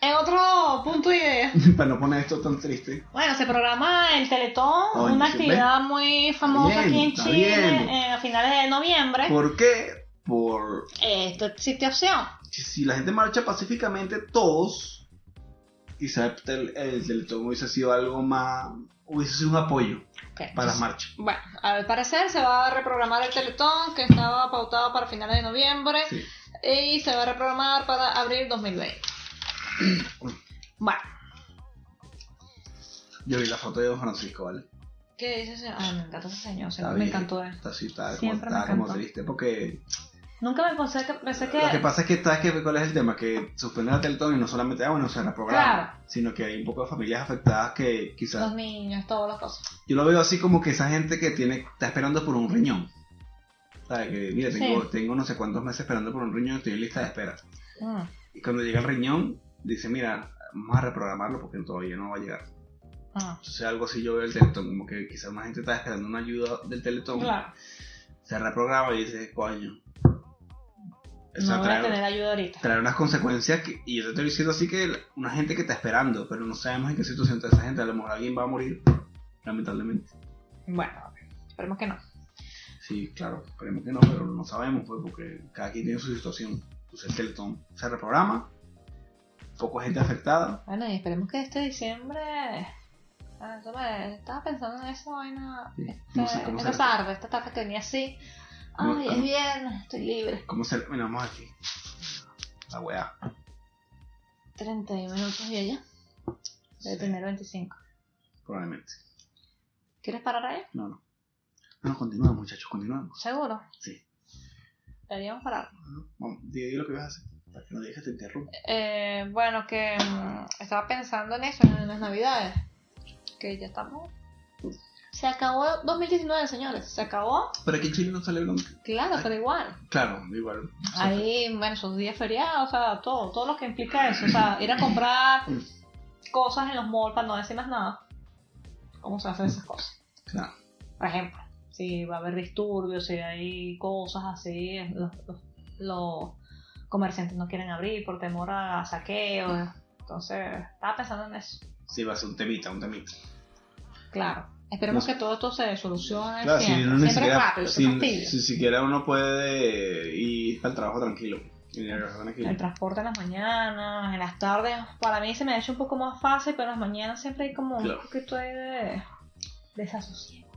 Speaker 4: En otro punto de idea.
Speaker 2: Para no poner esto tan triste.
Speaker 4: Bueno, se programa el Teletón,
Speaker 2: Coño,
Speaker 4: una
Speaker 2: sí,
Speaker 4: actividad muy famosa
Speaker 2: bien,
Speaker 4: aquí en
Speaker 2: está
Speaker 4: Chile
Speaker 2: bien.
Speaker 4: eh, a finales de noviembre.
Speaker 2: ¿Por qué? Por
Speaker 4: Eh, Esto existe opción.
Speaker 2: si la gente marcha pacíficamente, todos, quizá el, el Teletón hubiese sido algo más, hubiese sido un apoyo
Speaker 4: Ok,
Speaker 2: para las
Speaker 4: entonces,
Speaker 2: marchas.
Speaker 4: bueno, al parecer se va a reprogramar el Teletón que estaba pautado para finales de noviembre
Speaker 2: Sí.
Speaker 4: y se va a reprogramar para abril 2020. bueno,
Speaker 2: Yo vi la foto de Don Francisco, ¿vale?
Speaker 4: ¿qué dice ese? Ay, me encanta ese señor,
Speaker 2: Está
Speaker 4: siempre me
Speaker 2: bien,
Speaker 4: encantó él.
Speaker 2: Está así, está, como,
Speaker 4: Siempre me
Speaker 2: está como
Speaker 4: encantó.
Speaker 2: triste, porque
Speaker 4: Nunca me pensé que, pensé que,
Speaker 2: lo que pasa es que, ¿sabes qué? cuál es el tema? Que suspenden el Teletón y no solamente, ah, bueno, se reprograma,
Speaker 4: Claro.
Speaker 2: sino que hay un poco de familias afectadas que quizás,
Speaker 4: los niños, todas las cosas.
Speaker 2: yo lo veo así como que esa gente que tiene, está esperando por un riñón. ¿Sabes? Que, mira,
Speaker 4: Sí.
Speaker 2: tengo, tengo no sé cuántos meses esperando por un riñón, estoy en lista de espera.
Speaker 4: Mm.
Speaker 2: Y cuando llega el riñón, dice, mira, vamos a reprogramarlo porque todavía no va a llegar.
Speaker 4: Ah,
Speaker 2: Entonces algo así yo veo el Teletón, como que quizás más gente está esperando una ayuda del Teletón.
Speaker 4: claro,
Speaker 2: Se reprograma y dice, coño. O sea,
Speaker 4: no voy a
Speaker 2: trae,
Speaker 4: tener ayuda ahorita.
Speaker 2: trae unas consecuencias que, y yo te estoy diciendo así que la- una gente que está esperando, pero no sabemos en qué situación está esa gente, a lo mejor alguien va a morir, lamentablemente.
Speaker 4: Bueno, esperemos que no.
Speaker 2: Sí, claro, esperemos que no, pero no sabemos, pues, porque cada quien tiene su situación. Entonces el Teletón se reprograma, poca gente afectada,
Speaker 4: Bueno, y esperemos que este diciembre. Ah, eso me- Estaba pensando en esa vaina.
Speaker 2: Sí,
Speaker 4: este-
Speaker 2: no sé cómo
Speaker 4: esta
Speaker 2: se-
Speaker 4: tarde, esta tarde que venía así. Ay,
Speaker 2: No, ah.
Speaker 4: es
Speaker 2: no.
Speaker 4: viernes, estoy libre.
Speaker 2: ¿Cómo se Mira, vamos aquí? La weá.
Speaker 4: 31 minutos y allá. Debe tener 25.
Speaker 2: Probablemente.
Speaker 4: ¿Quieres parar ahí?
Speaker 2: No, no. No, no, continuemos, muchachos, continuemos.
Speaker 4: Seguro.
Speaker 2: Sí.
Speaker 4: Deberíamos parar.
Speaker 2: No, Vamos, di, di lo que vas a hacer. Para que no dejes te interrumpa.
Speaker 4: Eh, bueno, que mm, estaba pensando en eso, en las navidades. Que ya estamos.
Speaker 2: Mm.
Speaker 4: Se acabó 2019, señores. Se acabó.
Speaker 2: Pero aquí en Chile no celebran.
Speaker 4: Claro,
Speaker 2: Ay.
Speaker 4: pero igual.
Speaker 2: Claro, igual.
Speaker 4: Ahí, bueno, sus días feriados, o sea, todo, todo lo que implica eso. O sea, ir a comprar cosas en los malls para no decir más nada. ¿Cómo se hacen esas cosas?
Speaker 2: Claro.
Speaker 4: Por ejemplo, si va a haber disturbios, si hay cosas así, los, los- los comerciantes no quieren abrir por temor a saqueos. Entonces, estaba pensando en eso.
Speaker 2: Sí, va a ser un temita, un temita.
Speaker 4: Claro. Esperemos
Speaker 2: No.
Speaker 4: que todo esto se solucione
Speaker 2: Claro, si
Speaker 4: siempre.
Speaker 2: uno ni
Speaker 4: siempre
Speaker 2: siquiera.
Speaker 4: rápido,
Speaker 2: si,
Speaker 4: qué fastidio.
Speaker 2: si siquiera uno puede ir al trabajo tranquilo. Y regresar tranquilo.
Speaker 4: El transporte en las mañanas, en las tardes, para mí se me ha hecho un poco más fácil, pero en las mañanas siempre hay como
Speaker 2: Claro.
Speaker 4: un poquito ahí de desasosiego.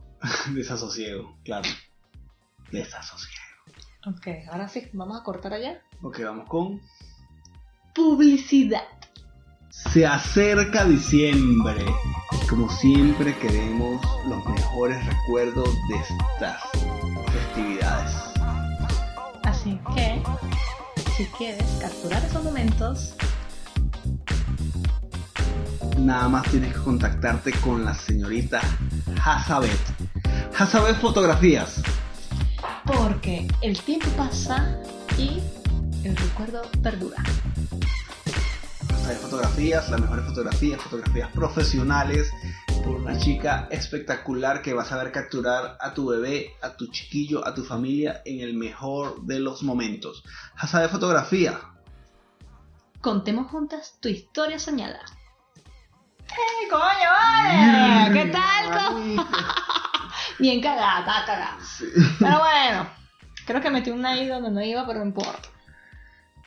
Speaker 2: Desasosiego, claro. Desasosiego.
Speaker 4: Ok, ahora sí, vamos a cortar allá.
Speaker 2: Ok, vamos con.
Speaker 4: Publicidad.
Speaker 2: Se acerca diciembre. Como siempre queremos los mejores recuerdos de estas festividades.
Speaker 4: Así que, si quieres capturar esos momentos,
Speaker 2: Nada más tienes que contactarte con la señorita Hazabet. Hazabet Fotografías.
Speaker 4: porque el tiempo pasa y el recuerdo perdura.
Speaker 2: Hazabet Fotografías, las mejores fotografías, fotografías profesionales por una chica espectacular que va a saber capturar a tu bebé, a tu chiquillo, a tu familia en el mejor de los momentos. Hazabet Fotografía,
Speaker 4: Contemos juntas tu historia soñada. ¡Ey, coño,
Speaker 2: Mm.
Speaker 4: vale! ¿Qué tal? co- Bien cagada, está cagada.
Speaker 2: Sí.
Speaker 4: Pero bueno, creo que metí una ahí donde no iba, pero no importa.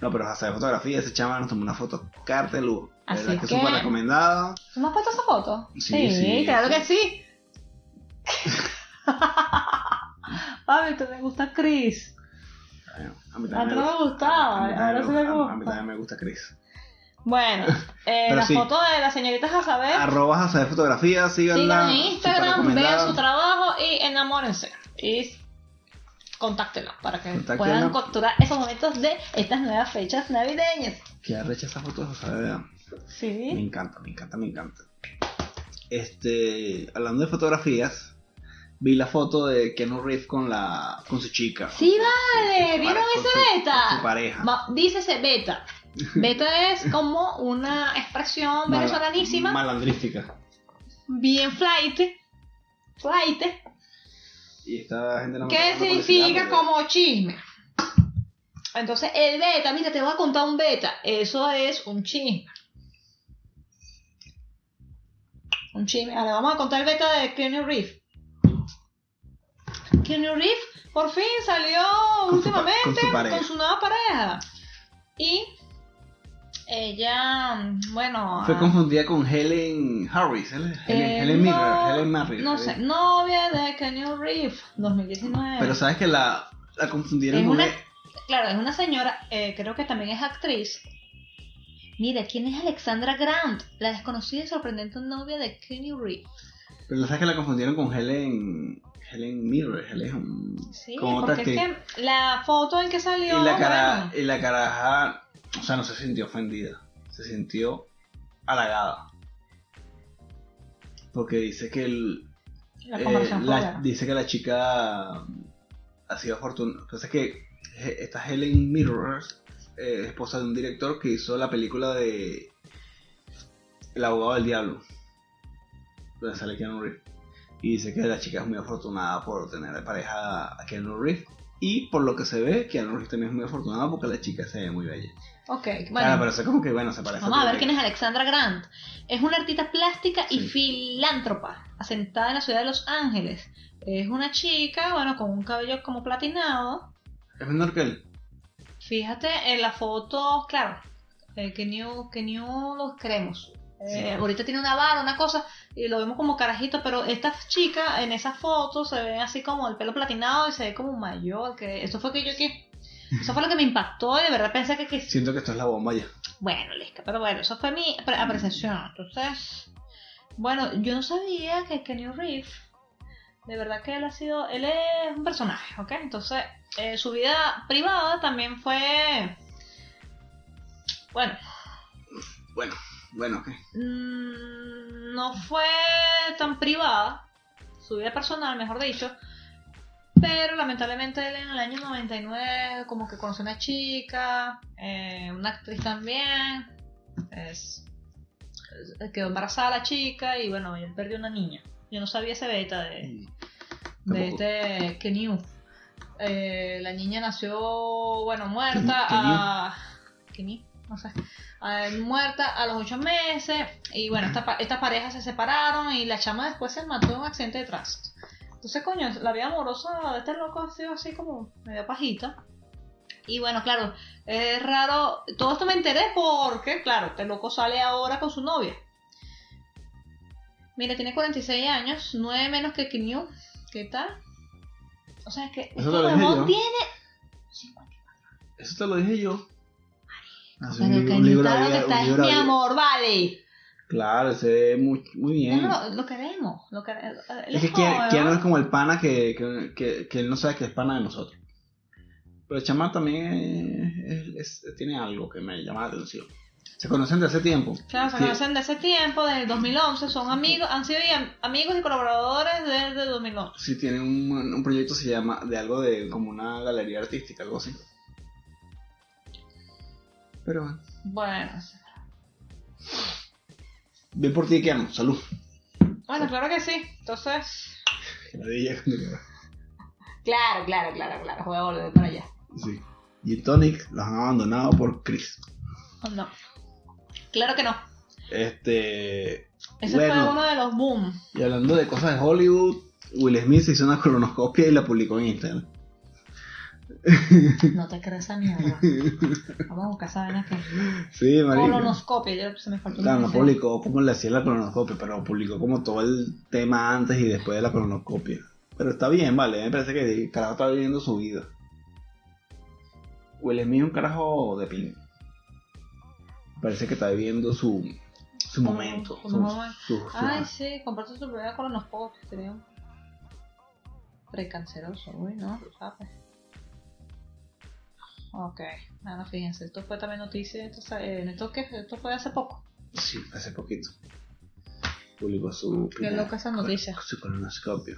Speaker 2: No, pero hasta de fotografía, ese chaval nos tomó una foto carta de lujo. De
Speaker 4: Así
Speaker 2: verdad que
Speaker 4: que-
Speaker 2: súper recomendado.
Speaker 4: ¿Tú me has puesto esa foto?
Speaker 2: Sí, sí.
Speaker 4: claro que sí. Papi, tú me gusta Chris.
Speaker 2: Bueno, a mí
Speaker 4: Antes
Speaker 2: también. me
Speaker 4: no me gustaba,
Speaker 2: a mí también
Speaker 4: ahora sí me
Speaker 2: gusta- a- A mí
Speaker 4: gusta.
Speaker 2: también me gusta Chris.
Speaker 4: Bueno, eh,
Speaker 2: Pero
Speaker 4: la
Speaker 2: sí.
Speaker 4: foto de la señorita Jazabel.
Speaker 2: Arroba Jasa de fotografía, síganla.
Speaker 4: Sigan ¿Eh? en
Speaker 2: súper
Speaker 4: Instagram,
Speaker 2: recomendada.
Speaker 4: vean su trabajo y enamórense. Y contáctenla para que
Speaker 2: Contáctenla.
Speaker 4: puedan capturar esos momentos de estas nuevas fechas navideñas.
Speaker 2: Que arrecha esa foto de Jasa, de verdad. Me
Speaker 4: Sí.
Speaker 2: encanta, me encanta, me encanta. Este, hablando de fotografías, vi la foto de Keanu Reeves con la con su chica.
Speaker 4: Sí, vale.
Speaker 2: Con su
Speaker 4: ¿Vieron
Speaker 2: pare- con
Speaker 4: ese
Speaker 2: su- con Su
Speaker 4: beta?
Speaker 2: pareja.
Speaker 4: Va- Dícese beta. Beta es como una expresión
Speaker 2: Mala-
Speaker 4: venezolanísima.
Speaker 2: Malandrística.
Speaker 4: bien flight, flight,
Speaker 2: Y esta gente no me
Speaker 4: que
Speaker 2: está dando
Speaker 4: significa
Speaker 2: publicidad, pero-
Speaker 4: como chisme. Entonces, el beta, mira, te voy a contar un beta, eso es un chisme. Un chisme. Ahora vamos a contar el beta de Keanu Reeves. Keanu Reeves por fin salió
Speaker 2: Con su pa-
Speaker 4: últimamente
Speaker 2: con su pareja.
Speaker 4: con su nueva pareja. Y ella, bueno...
Speaker 2: Fue
Speaker 4: ah,
Speaker 2: confundida con Helen Harris, Helen, Helen,
Speaker 4: eh,
Speaker 2: Helen Mirren,
Speaker 4: no,
Speaker 2: Helen Mirren,
Speaker 4: No
Speaker 2: Helen-
Speaker 4: sé, novia de Keanu Reeves, 2019.
Speaker 2: Pero sabes que la, la confundieron
Speaker 4: Es
Speaker 2: con E-
Speaker 4: una-
Speaker 2: él.
Speaker 4: Claro, es una señora, eh, creo que también es actriz. Mira, ¿quién es Alexandra Grant? La desconocida y sorprendente novia de Keanu Reeves.
Speaker 2: Pero sabes que la confundieron con Helen Helen Mirren, Helen
Speaker 4: Sí,
Speaker 2: con otra
Speaker 4: porque es
Speaker 2: actriz.
Speaker 4: que la foto en que salió...
Speaker 2: Y la cara
Speaker 4: bueno,
Speaker 2: y la caraja, o sea, no se sintió ofendida, se sintió halagada. Porque dice que el,
Speaker 4: la
Speaker 2: eh,
Speaker 4: conversación
Speaker 2: la-
Speaker 4: fue buena.
Speaker 2: dice que la chica mm, ha sido afortunada. Entonces que he- esta Helen Mirror, eh, esposa de un director que hizo la película de El abogado del diablo, donde sale Keanu Reeves. Y dice que la chica es muy afortunada por tener de pareja a Keanu Reeves. Y por lo que se ve, Keanu Reeves también es muy afortunado porque la chica se ve muy bella.
Speaker 4: Ok, bueno.
Speaker 2: Claro, pero es como que bueno, se parece.
Speaker 4: Vamos a ver
Speaker 2: que-
Speaker 4: quién es Alexandra Grant. Es una artista plástica y
Speaker 2: Sí.
Speaker 4: filántropa, asentada en la ciudad de Los Ángeles. Es una chica, bueno, con un cabello como platinado.
Speaker 2: Es menor que él.
Speaker 4: Fíjate en la foto, claro, eh, que new, que new los creemos. Eh,
Speaker 2: Sí.
Speaker 4: Ahorita tiene una vara, una cosa, y lo vemos como carajito, pero esta chica en esa foto se ve así como el pelo platinado y se ve como mayor. Que eso fue que yo que. Eso fue lo que me impactó y de verdad pensé que, que
Speaker 2: Siento que esto es la bomba ya.
Speaker 4: bueno, Lisca, pero bueno, eso fue mi pre- apreciación. Entonces, bueno, yo no sabía que Kenny Reeves, de verdad que él ha sido, él es un personaje, ¿ok? Entonces, eh, su vida privada también fue, bueno,
Speaker 2: Bueno, bueno, ¿qué?
Speaker 4: mm, no fue tan privada, su vida personal, mejor dicho. Pero lamentablemente él en el año 99 como que conoció una chica, eh, una actriz también, es- es- quedó embarazada la chica y bueno, él perdió una niña. Yo no sabía ese beta de, de
Speaker 2: Tampoco.
Speaker 4: este Kenyu. Eh, la niña nació, bueno, muerta
Speaker 2: Kenyu.
Speaker 4: a... Kenyu, no sé. A- muerta a los ocho meses y bueno, esta, pa- estas parejas se separaron y la chama después se mató en un accidente de tránsito. Entonces, coño, la vida amorosa de este loco ha sido así como media pajita. Y bueno, claro, es raro. Todo esto me enteré porque, claro, este loco sale ahora con su novia. Mira, tiene 46 años, 9 menos que Kinyu. ¿Qué tal? O sea, es que este
Speaker 2: te lo dije
Speaker 4: huevón
Speaker 2: yo.
Speaker 4: tiene.
Speaker 2: Eso te lo dije yo. Hace
Speaker 4: Pero que
Speaker 2: un libro
Speaker 4: está lo que
Speaker 2: abierto,
Speaker 4: está
Speaker 2: un
Speaker 4: es
Speaker 2: libro
Speaker 4: mi
Speaker 2: abierto.
Speaker 4: amor, vale.
Speaker 2: Claro, se ve muy, muy bien.
Speaker 4: No, no, lo, lo queremos. Lo queremos.
Speaker 2: es que Keanu Keanu es como el pana que, que, que- que él no sabe que es pana de nosotros. Pero el chamán también es- es- es- tiene algo que me llama la atención. Se conocen de hace tiempo.
Speaker 4: Claro, se
Speaker 2: Sí,
Speaker 4: conocen de ese tiempo, desde el 2011, son amigos, han sido y am- amigos y colaboradores desde el 2011.
Speaker 2: Sí, tiene un, un proyecto se llama de algo de como una galería artística, algo así. Pero bueno.
Speaker 4: Bueno,
Speaker 2: Bien por ti, Keanu. Salud.
Speaker 4: bueno, claro que sí. Entonces,
Speaker 2: Que la di ya cuando-
Speaker 4: claro, claro, claro, claro, voy a volver para allá.
Speaker 2: Sí. Gin Tonic los han abandonado por Chris.
Speaker 4: Oh, No. Claro que no.
Speaker 2: Este.
Speaker 4: Ese
Speaker 2: Bueno.
Speaker 4: fue uno de los boom.
Speaker 2: Y hablando de cosas de Hollywood, Will Smith se hizo una colonoscopia y la publicó en Instagram.
Speaker 4: No te creas esa mierda. Vamos a buscar esa vaina que.
Speaker 2: Sí, marico.
Speaker 4: Colonoscopia, yo creo que se me faltó
Speaker 2: Claro, no
Speaker 4: nombre.
Speaker 2: publicó como le hacía la cronoscopia, pero publicó como todo el tema antes y después de la cronoscopia. Pero está bien, vale, me parece que el carajo está viviendo su vida. Will Smith es un carajo de pin. Parece que está viviendo su, su
Speaker 4: Como-
Speaker 2: momento.
Speaker 4: como
Speaker 2: su-
Speaker 4: mamá.
Speaker 2: su- su-
Speaker 4: Ay, sí, comparto su primera colonoscopia, creo. Precanceroso, uy, ¿no? ¿Sabes? Ok, bueno, fíjense, esto fue también noticia, esto, sa- eh, esto, que- esto fue hace poco.
Speaker 2: Sí, hace poquito. Publicó su.
Speaker 4: Qué
Speaker 2: primera-
Speaker 4: loca esa noticia.
Speaker 2: Su colonoscopio.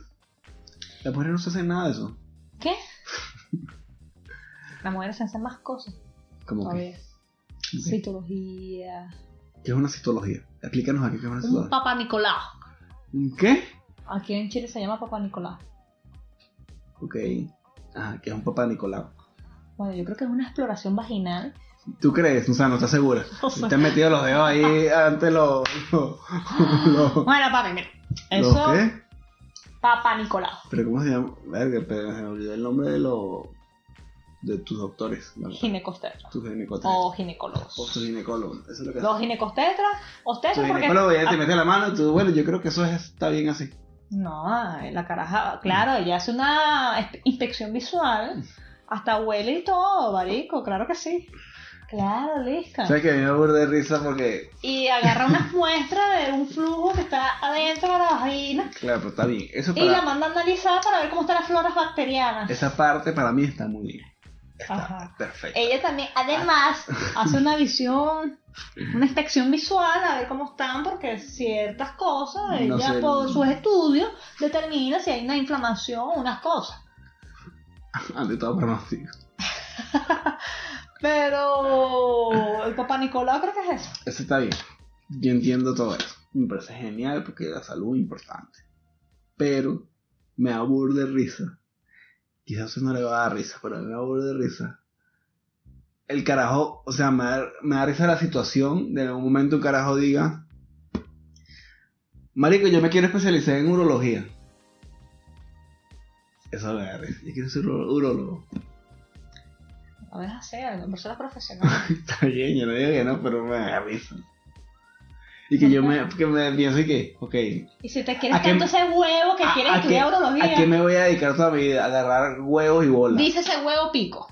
Speaker 2: Las mujeres no se hacen nada de eso.
Speaker 4: ¿Qué? Las mujeres hacen más cosas
Speaker 2: Como que.
Speaker 4: todavía. Citología.
Speaker 2: ¿Qué es una citología? Explícanos aquí qué es una
Speaker 4: Un
Speaker 2: citología.
Speaker 4: papá Nicolau.
Speaker 2: ¿Qué?
Speaker 4: Aquí en Chile se llama papá Nicolau.
Speaker 2: Ok. Ajá, que es un papá Nicolau.
Speaker 4: Bueno, yo creo que es una exploración vaginal.
Speaker 2: ¿Tú crees? O sea, no estás segura.
Speaker 4: O sea,
Speaker 2: Te has metido los dedos ahí ante los. los- los-
Speaker 4: Bueno, papi, mira.
Speaker 2: ¿Los
Speaker 4: Eso,
Speaker 2: qué?
Speaker 4: papá Nicolau.
Speaker 2: ¿Pero cómo se llama? Verga, pero se me olvidó el nombre de los. de tus doctores. ¿no?
Speaker 4: Ginecostetra.
Speaker 2: Tus ginecólogo.
Speaker 4: O
Speaker 2: O tu
Speaker 4: ginecólogos.
Speaker 2: ginecólogo. Eso es lo que
Speaker 4: Oh. Los ginecostetras,
Speaker 2: Tu
Speaker 4: obstetras porque...
Speaker 2: ginecólogo ya te
Speaker 4: Ah,
Speaker 2: mete la mano y tú, bueno, yo creo que eso es- está bien así.
Speaker 4: No, la caraja, claro, ella hace una espe- inspección visual, hasta huele y todo, marico, claro que sí. Claro, lista.
Speaker 2: ¿Sabes que a mí me aburre de risa porque.
Speaker 4: Y agarra unas muestras de un flujo que está adentro de la vagina
Speaker 2: Claro, pero está bien. Eso
Speaker 4: y la
Speaker 2: para.
Speaker 4: manda a analizar para ver cómo están las floras bacterianas.
Speaker 2: Esa parte para mí está muy bien. Está
Speaker 4: Ajá.
Speaker 2: perfecto.
Speaker 4: Ella también, además, hace una visión, una inspección visual a ver cómo están, porque ciertas cosas,
Speaker 2: No
Speaker 4: ella
Speaker 2: sé.
Speaker 4: por sus estudios determina si hay una inflamación o unas cosas.
Speaker 2: Ante todo pronóstico.
Speaker 4: Pero el papá Nicolau creo que es eso.
Speaker 2: Eso está bien. Yo entiendo todo eso. Me parece genial porque la salud es importante. Pero me aburre de risa. Quizás a usted no le va a dar risa, pero a mí me aburre de risa. El carajo, o sea, me da, me da risa la situación de en algún momento un carajo diga, Marico, yo me quiero especializar en urología. Eso me da risa. Yo quiero ser uro- urologo.
Speaker 4: A ver, hacer, una persona profesional.
Speaker 2: Está bien, yo no digo que no, pero me da risa. Y que yo me, que me pienso y que, ok,
Speaker 4: Y si te quieres
Speaker 2: ¿A qué-
Speaker 4: tanto ese huevo que
Speaker 2: ¿A-
Speaker 4: quieres
Speaker 2: a
Speaker 4: estudiar
Speaker 2: qué- ¿A qué
Speaker 4: urología,
Speaker 2: me voy a dedicar toda mi vida? Agarrar huevos y bolas.
Speaker 4: dice ese huevo pico.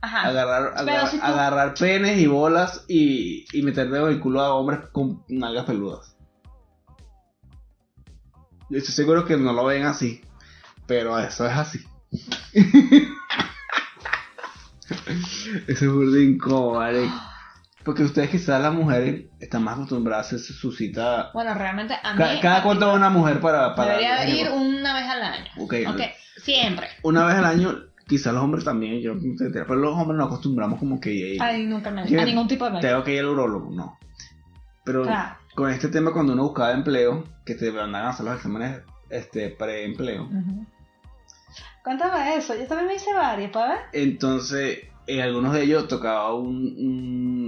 Speaker 4: Ajá.
Speaker 2: Agarrar,
Speaker 4: Pero
Speaker 2: agarrar,
Speaker 4: si tú-
Speaker 2: agarrar penes y bolas y, y meter dedo en el culo a hombres con nalgas peludas. Yo estoy seguro que no lo ven así, pero eso es así. eso es burda incómodo, marico. Porque ustedes quizás las mujeres están más acostumbradas a hacer su cita.
Speaker 4: Bueno, realmente a mí
Speaker 2: Ca- ¿Cada cuánto va una mujer para, para
Speaker 4: debería ir una vez al año.
Speaker 2: Ok,
Speaker 4: Ok, siempre.
Speaker 2: una vez al año, quizás los hombres también, yo no sé, pero los hombres nos acostumbramos como que
Speaker 4: Ay, nunca me
Speaker 2: Yo-
Speaker 4: a ningún tipo de médico.
Speaker 2: tengo que ir al urólogo, no. Pero
Speaker 4: Claro.
Speaker 2: con este tema cuando uno buscaba empleo, que te mandaban a hacer los exámenes este preempleo,
Speaker 4: Ujú. Cuéntame eso, yo también me hice varias, ¿para ver?
Speaker 2: entonces en algunos de ellos tocaba un,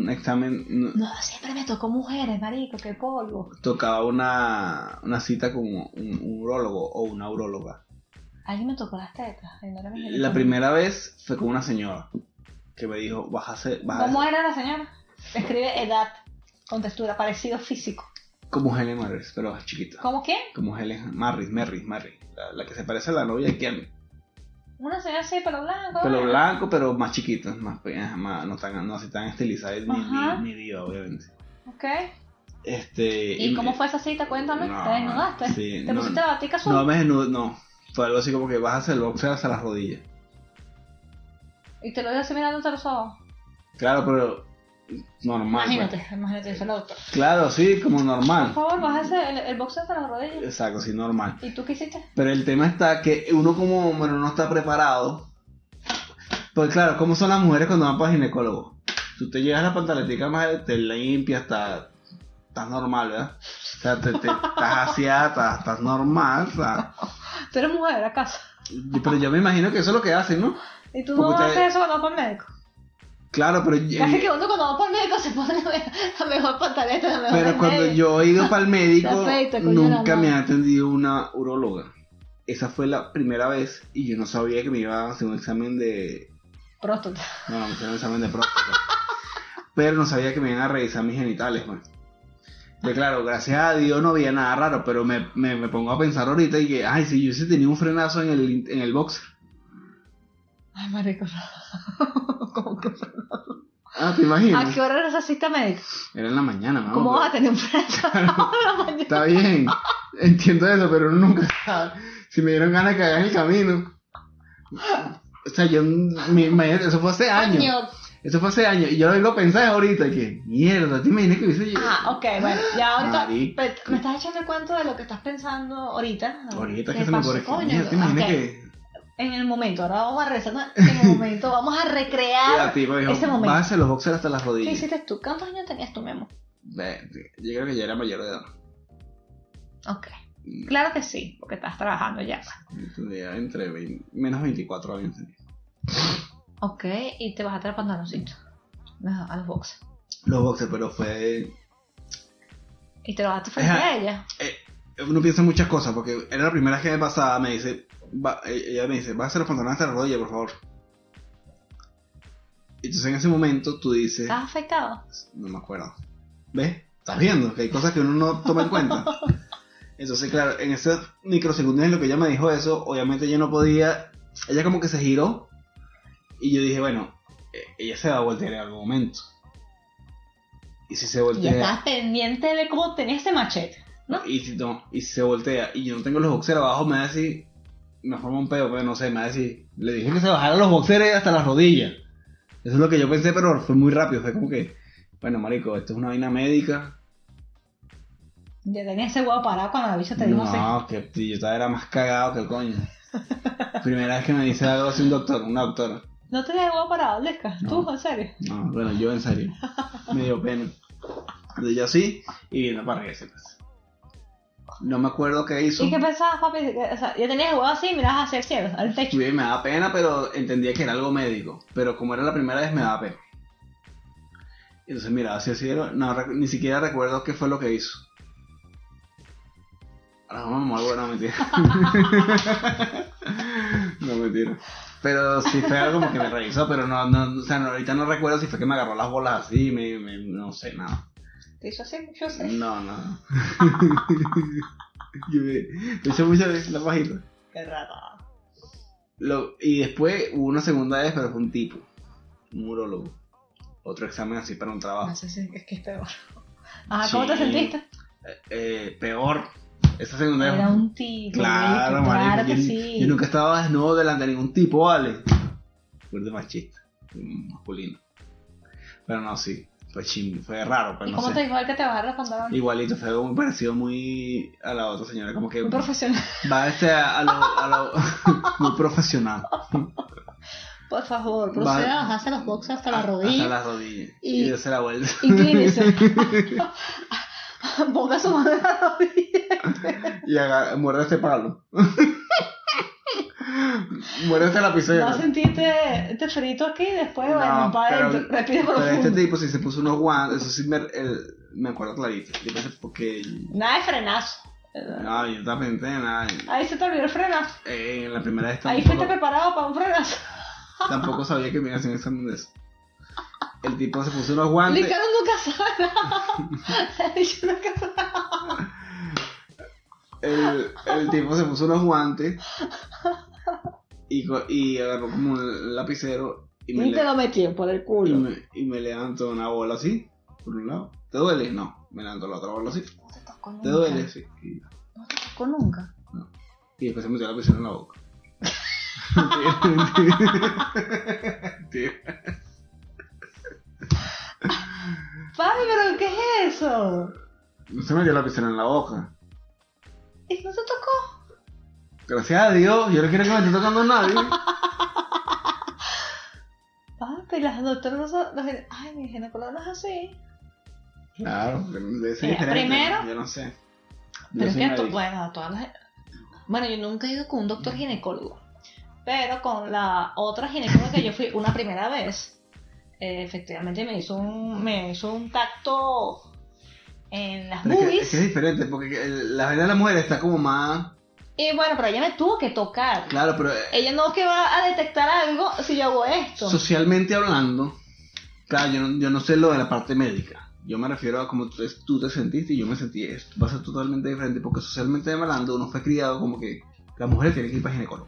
Speaker 2: un examen, no,
Speaker 4: No, siempre me tocó mujeres, marico, qué polvo.
Speaker 2: tocaba una, una cita con un, un urólogo o una uróloga.
Speaker 4: Alguien me tocó las tetas. y no era mi
Speaker 2: La
Speaker 4: ginecólogo.
Speaker 2: primera vez fue con una señora que me dijo, vas a hacer, vas a
Speaker 4: ¿Cómo era la señora? Describe edad, contextura, parecido físico.
Speaker 2: como Helen Morris, pero chiquita.
Speaker 4: ¿Cómo quién?
Speaker 2: como Helen Marris, Marris, Marris, la, la que se parece a la novia de Keanu.
Speaker 4: Una señora así, pelo blanco.
Speaker 2: Pelo
Speaker 4: ¿eh?
Speaker 2: blanco, pero más chiquita, más, pe- ajá, más- no tan, no así tan estilizada ni,
Speaker 4: Ajá.
Speaker 2: ni, ni diva, obviamente.
Speaker 4: Ok.
Speaker 2: Este.
Speaker 4: ¿Y cómo fue esa cita? Cuéntame.
Speaker 2: No,
Speaker 4: ¿Te desnudaste?
Speaker 2: sí,
Speaker 4: ¿Te
Speaker 2: no,
Speaker 4: pusiste la batica azul?
Speaker 2: No me desnudo, no. Fue algo así como que vas a hacer boxeo hasta las rodillas.
Speaker 4: Y te lo dio así mirándote a los ojos.
Speaker 2: Claro, pero. Normal. pues.
Speaker 4: Imagínate, imagínate, dice el doctor.
Speaker 2: Claro, sí, como normal.
Speaker 4: Por favor, bájese el, el boxeo hasta las rodillas.
Speaker 2: Exacto, sí, normal.
Speaker 4: ¿Y tú qué hiciste?
Speaker 2: Pero el tema está que uno como hombre no está preparado. Pues claro, ¿cómo son las mujeres cuando van para el ginecólogo? Tú te llevas la pantaletica más, te limpias, estás, estás normal, ¿verdad? O sea, te, te- estás aseada, estás, estás normal. o sea,
Speaker 4: Tú eres mujer, ¿acaso?
Speaker 2: yo- Pero yo me imagino que eso es lo que hacen, ¿no?
Speaker 4: ¿Y tú no
Speaker 2: Porque te-
Speaker 4: haces eso cuando vas para el médico?
Speaker 2: Claro, pero, yo-
Speaker 4: Casi que uno cuando va para el médico se pone la me- la mejor pantaleta, la mejor
Speaker 2: pero cuando
Speaker 4: media.
Speaker 2: yo he ido para el médico,
Speaker 4: Te afeita, coño,
Speaker 2: nunca
Speaker 4: la
Speaker 2: me
Speaker 4: madre.
Speaker 2: ha atendido una uróloga. Esa fue la primera vez y yo no sabía que me iba a hacer un examen de
Speaker 4: Próstata.
Speaker 2: No, me hicieron examen de próstata. Pero no sabía que me iban a revisar mis genitales, man. Pues claro, gracias a Dios no había nada raro, pero me, me, me pongo a pensar ahorita y que, ay, si yo sí tenía un frenazo en el, en el boxer.
Speaker 4: Ay, marico, no. ¿Cómo que no?
Speaker 2: Ah, te imaginas.
Speaker 4: ¿A qué hora eres asista médica?
Speaker 2: Era en la mañana, mamá.
Speaker 4: ¿Cómo
Speaker 2: pero-
Speaker 4: vas a tener un frasco a la mañana?
Speaker 2: Está bien, entiendo eso, pero uno nunca sabe si me dieron ganas de cagar en el camino. O sea, yo, me imagino- eso fue hace años.
Speaker 4: Coño.
Speaker 2: Eso fue hace años. Y yo lo vengo a pensar ahorita que, mierda, ¿te imaginas que hubiese
Speaker 4: Ajá, Ah, ok, bueno, ya ahorita.
Speaker 2: Marico.
Speaker 4: pero Me estás echando el cuento de lo que estás pensando ahorita.
Speaker 2: Ahorita
Speaker 4: ¿Qué
Speaker 2: que se me
Speaker 4: pasó?
Speaker 2: ocurre. que,
Speaker 4: Coño,
Speaker 2: mierda, ¿te imaginas
Speaker 4: ok,
Speaker 2: que
Speaker 4: En el momento, ahora vamos a regresar. En el momento, vamos a recrear
Speaker 2: la tipa dijo,
Speaker 4: ese momento.
Speaker 2: bájese los boxers hasta las
Speaker 4: ¿Qué
Speaker 2: rodillas?
Speaker 4: hiciste tú? ¿Cuántos años tenías tú, Memo?
Speaker 2: Vete, Yo creo que ya era mayor de edad.
Speaker 4: Ok.
Speaker 2: Mm.
Speaker 4: Claro que sí, porque estás trabajando ya.
Speaker 2: Tenía entre 20 menos 24 años. tenía.
Speaker 4: Ok, y te vas a traer pantaloncitos a a los boxes.
Speaker 2: Los boxers, pero fue...
Speaker 4: Y te lo vas a frente
Speaker 2: Ajá.
Speaker 4: a ella.
Speaker 2: Uno piensa en muchas cosas, porque era la primera vez que me pasaba, me dice... va- ella me dice, bájese los pantalones hasta las rodillas, por favor. Entonces en ese momento tú dices...
Speaker 4: ¿Estás afectado?
Speaker 2: No me acuerdo. ¿Ves? Estás viendo que hay cosas que uno no toma en cuenta. Entonces, claro, en esos microsegundos en lo que ella me dijo eso, obviamente yo no podía. Ella como que se giró. Y yo dije, bueno, eh, ella se va a voltear en algún momento. Y si se
Speaker 4: Y
Speaker 2: voltea.
Speaker 4: estás pendiente de cómo tenías ese machete. ¿no?
Speaker 2: Y si no, y si se voltea. Y yo no tengo los boxers abajo, me va a decir. Me forma un pedo, pero no sé, me va a decir. Le dije que se bajaran los boxers hasta las rodillas. Eso es lo que yo pensé, pero fue muy rápido. Fue como que, bueno, marico, esto es una vaina médica.
Speaker 4: Ya tenías ese huevo parado cuando la bicha te dijo así.
Speaker 2: No, que yo estaba era más cagado que el coño. Primera vez que me dice algo así un doctor, una doctora.
Speaker 4: No tenías el huevo parado, Lesca.
Speaker 2: No.
Speaker 4: ¿Tú, en serio?
Speaker 2: No, bueno, yo en serio. Me dio pena. Entonces yo así y viendo para reírse. pues. No me acuerdo qué hizo.
Speaker 4: ¿Y qué pensabas, papi? O sea, ya tenías el huevo así y mirabas hacia el cielo, al techo.
Speaker 2: Bien, me daba pena, pero entendía que era algo médico. Pero como era la primera vez, me daba pena. Entonces miraba hacia el cielo, no, rec- ni siquiera recuerdo qué fue lo que hizo. Ahora vamos a bueno, mentira. no, mentira. Pero sí fue algo como que me revisó, pero no, no, o sea, no, ahorita no recuerdo si fue que me agarró las bolas así, me, me- no sé, nada.
Speaker 4: Te hizo así, yo sé.
Speaker 2: No, no. Yo me, me hizo muchas veces la pajita.
Speaker 4: Qué raro.
Speaker 2: Lo- y después hubo una segunda vez, pero fue un tipo, un urologo. Otro examen así para un
Speaker 4: No
Speaker 2: trabajo.
Speaker 4: sé si es que es peor. Ajá, ¿cómo te
Speaker 2: Ah. Sí.
Speaker 4: sentiste?
Speaker 2: Eh, eh, peor, esa segunda vez.
Speaker 4: Era un tipo.
Speaker 2: claro,
Speaker 4: marico,
Speaker 2: marico,
Speaker 4: Claro
Speaker 2: yo,
Speaker 4: que sí.
Speaker 2: yo nunca estaba desnudo delante de ningún tipo, ¿vale? Fuerte machista, mm, masculino. Pero no, sí, fue chimbo, fue raro, pero
Speaker 4: ¿Y
Speaker 2: no
Speaker 4: cómo te
Speaker 2: sé.
Speaker 4: dijo el que te bajaron los pantalones?
Speaker 2: Igualito, fue algo muy parecido muy a la otra señora, como que
Speaker 4: Muy
Speaker 2: va
Speaker 4: profesional.
Speaker 2: a este a, a lo, a lo- muy profesional.
Speaker 4: Por favor,
Speaker 2: Va-
Speaker 4: proceda a bajarse los boxes hasta la
Speaker 2: A-
Speaker 4: rodilla.
Speaker 2: Hasta las rodillas.
Speaker 4: Y-
Speaker 2: Y, y darse la vuelta.
Speaker 4: Inclínese. Ponga su mano en la rodilla.
Speaker 2: y agar- muerde este palo. muerde este lapicero.
Speaker 4: ¿No sentiste este frito aquí? Después, bueno,
Speaker 2: No,
Speaker 4: para
Speaker 2: pero-
Speaker 4: respire
Speaker 2: Pero este
Speaker 4: profundo.
Speaker 2: tipo si se puso unos guantes, eso sí me, el- me acuerdo clarito. Yo pensé porque
Speaker 4: Nada de frenazo.
Speaker 2: no, yo estaba pendiente de nada.
Speaker 4: Ahí se te olvidó el frenazo.
Speaker 2: Eh, en la primera vez
Speaker 4: Ahí fuiste
Speaker 2: tampoco,
Speaker 4: preparado para un frenazo.
Speaker 2: tampoco sabía que me iba a hacer un examen de eso. El tipo se puso unos guantes.
Speaker 4: Ricardo nunca sabe nada. Yo nunca sabe nada.
Speaker 2: El, el tipo se puso unos guantes y, co- y agarró como un lapicero y me
Speaker 4: Y te
Speaker 2: le-
Speaker 4: lo metió por el
Speaker 2: Y
Speaker 4: culo.
Speaker 2: me, y me levanto una bola así, por un lado. ¿Te duele? No. Me levanto la otra bola así.
Speaker 4: No te tocó nunca.
Speaker 2: ¿Te duele? Sí. Y,
Speaker 4: No te tocó nunca.
Speaker 2: y después se metió la presión en la boca. Mentira, mentira.
Speaker 4: Papi, pero ¿qué es eso?
Speaker 2: se metió la presión en la boca.
Speaker 4: ¿Y no te tocó?
Speaker 2: Gracias a Dios, yo no quiero que me esté tocando nadie.
Speaker 4: Papi, las doctoras no son... los gine- Ay, mi ginecólogo no es así.
Speaker 2: Claro, pero debe ser
Speaker 4: Mira,
Speaker 2: diferente.
Speaker 4: primero-
Speaker 2: Yo no sé. Yo
Speaker 4: Pero es
Speaker 2: soy
Speaker 4: que a to-
Speaker 2: médico.
Speaker 4: bueno, a todas las... Bueno, yo nunca he ido con un doctor ginecólogo. Pero con la otra ginecóloga que yo fui una primera vez, eh, efectivamente me hizo un, me hizo un tacto en las
Speaker 2: Pero es, que,
Speaker 4: boobies.
Speaker 2: es que es diferente, porque el- la verdad de la mujer está como más
Speaker 4: Y bueno, pero ella me tuvo que tocar.
Speaker 2: Claro, pero eh,
Speaker 4: Ella no es que va a detectar algo si yo hago esto.
Speaker 2: socialmente hablando, claro, yo no, yo no sé lo de la parte médica. Yo me refiero a cómo tú, tú te sentiste y yo me sentí. Esto va a ser totalmente diferente porque socialmente hablando uno fue criado como que la mujer tiene que ir para ginecólogo.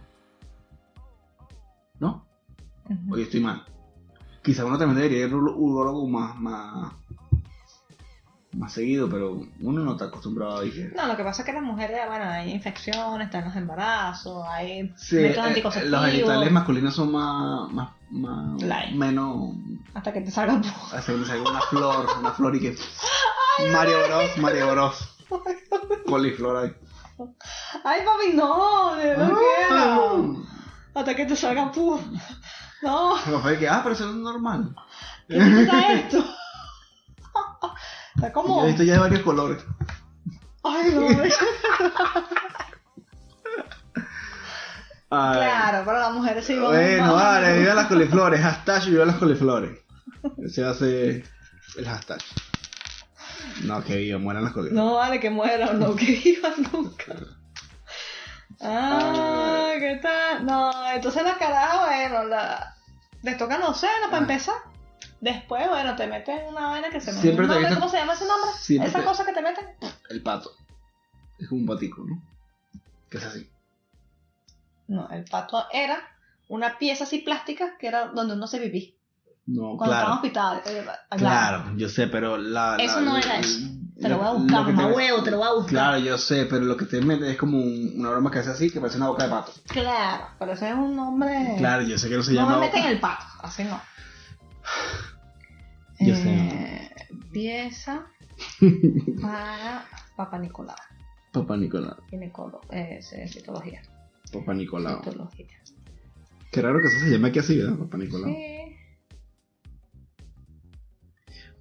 Speaker 2: ¿No?
Speaker 4: Ujú.
Speaker 2: Oye, estoy mal. Quizá uno también debería ir a un urólogo más, más, más seguido, pero uno no está acostumbrado a ir.
Speaker 4: No, lo que pasa es que las mujeres, bueno, hay infecciones, están los embarazos, hay
Speaker 2: Sí,
Speaker 4: métodos
Speaker 2: eh,
Speaker 4: anticonceptivos.
Speaker 2: los genitales masculinos son más, más, más-
Speaker 4: Light.
Speaker 2: menos
Speaker 4: Hasta que te salga tu-
Speaker 2: hacer una flor, una flor y que Mario Bros, Mario Bros. Coliflor ahí. Ah.
Speaker 4: Ay, papi, no, de no quiero. Hasta que te salga pus. No,
Speaker 2: Pero fue que, ah, pero eso es normal.
Speaker 4: ¿qué te pasa esto? Está
Speaker 2: Yo
Speaker 4: como.
Speaker 2: he visto ya de varios colores.
Speaker 4: Ay, no, me-
Speaker 2: Ay.
Speaker 4: Claro, pero las mujeres sí van van-
Speaker 2: Bueno, vale, viva las coliflores. Hashtag viva las coliflores. Ese hace el hashtag. No, que viva, mueran las coliflores.
Speaker 4: No vale que mueran, no que vivan nunca. Ah, ¿qué tal? No, entonces las carajas, bueno, la... les tocan los senos para
Speaker 2: Ah.
Speaker 4: empezar. Después, bueno, te meten una vaina que se me
Speaker 2: Siempre te
Speaker 4: un nombre,
Speaker 2: meten-
Speaker 4: ¿Cómo se llama ese nombre?
Speaker 2: Siempre
Speaker 4: Esa
Speaker 2: te-
Speaker 4: cosa que te meten.
Speaker 2: El pato. Es como un patico, ¿no? Que es así.
Speaker 4: No, el pato era una pieza así plástica que era donde uno se vivía.
Speaker 2: No,
Speaker 4: Cuando estaba en
Speaker 2: claro.
Speaker 4: hospital. eh,
Speaker 2: Claro, yo sé, pero la. la-
Speaker 4: Eso no era
Speaker 2: la-
Speaker 4: eso. Te lo voy a
Speaker 2: que
Speaker 4: buscar,
Speaker 2: te-
Speaker 4: mamá huevo, te lo voy a buscar.
Speaker 2: Claro, yo sé, pero lo que te mete es como un- una broma que hace así, que parece una boca de pato.
Speaker 4: Claro, pero ese es un nombre.
Speaker 2: Claro, yo sé que no se
Speaker 4: no
Speaker 2: llama.
Speaker 4: me meten
Speaker 2: boca.
Speaker 4: el pato, así no.
Speaker 2: Yo sé.
Speaker 4: Eh, Pieza para Papá Nicolau,
Speaker 2: Papá Nicolás.
Speaker 4: ginecólogo, eh, sí, citología.
Speaker 2: Papá Nicolás.
Speaker 4: citología.
Speaker 2: Qué raro que eso se llame aquí así, ¿verdad? Papá Nicolás.
Speaker 4: Sí.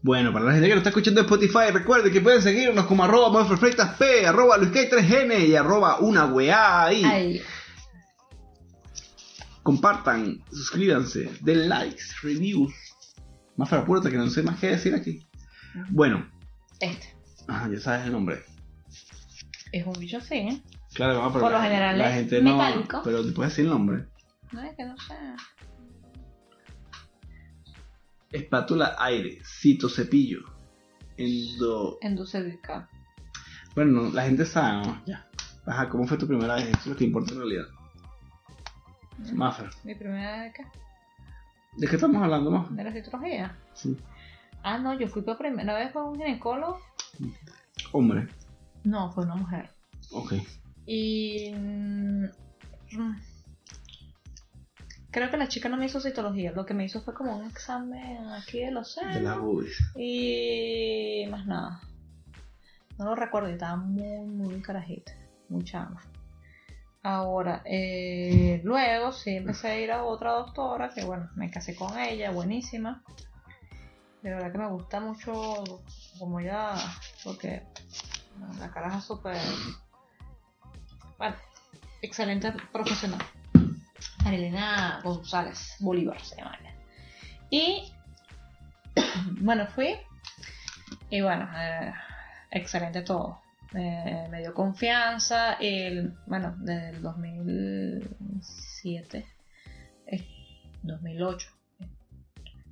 Speaker 2: Bueno, para la gente que nos está escuchando en Spotify, recuerden que pueden seguirnos como arroba monsterfreitasp, arroba luisk3n y arroba una weá ahí.
Speaker 4: Ahí.
Speaker 2: Compartan, suscríbanse, den likes, reviews. Más para puerta que no sé más qué decir aquí. Bueno,
Speaker 4: Este.
Speaker 2: ah, ya sabes el nombre.
Speaker 4: Es un bicho así, ¿eh?
Speaker 2: Claro, no, pero
Speaker 4: Por lo
Speaker 2: la-
Speaker 4: general
Speaker 2: la
Speaker 4: es
Speaker 2: gente
Speaker 4: metálico.
Speaker 2: no. Pero te puedes decir el nombre.
Speaker 4: No es que no sé.
Speaker 2: Espátula aire, cito cepillo. Endo.
Speaker 4: Endocervical.
Speaker 2: Bueno, no, la gente sabe, ¿no? Ya. Ajá, ¿cómo fue tu primera vez? Eso es lo que importa en realidad. Mafra.
Speaker 4: Mi primera vez que.
Speaker 2: ¿De qué estamos hablando, Mafra?
Speaker 4: de la citología.
Speaker 2: Sí.
Speaker 4: Ah, no, yo fui por primera vez con un ginecólogo.
Speaker 2: Hombre.
Speaker 4: No, fue una mujer.
Speaker 2: Ok.
Speaker 4: Y. mm, mm, Creo que la chica no me hizo citología, lo que me hizo fue como un examen aquí de los
Speaker 2: De las
Speaker 4: senos
Speaker 2: boobies.
Speaker 4: y más nada. No lo recuerdo, y estaba muy, muy carajita, muy chama. Ahora, eh, luego sí empecé a ir a otra doctora, que bueno, me casé con ella, buenísima. De verdad que me gusta mucho como ya, porque la caraja es súper... Bueno, excelente profesional. Marilena González Bolívar se llama ella. Y bueno, fui. Y bueno, eh, excelente todo. Eh, me dio confianza. El, bueno, desde el 2007, eh, 2008.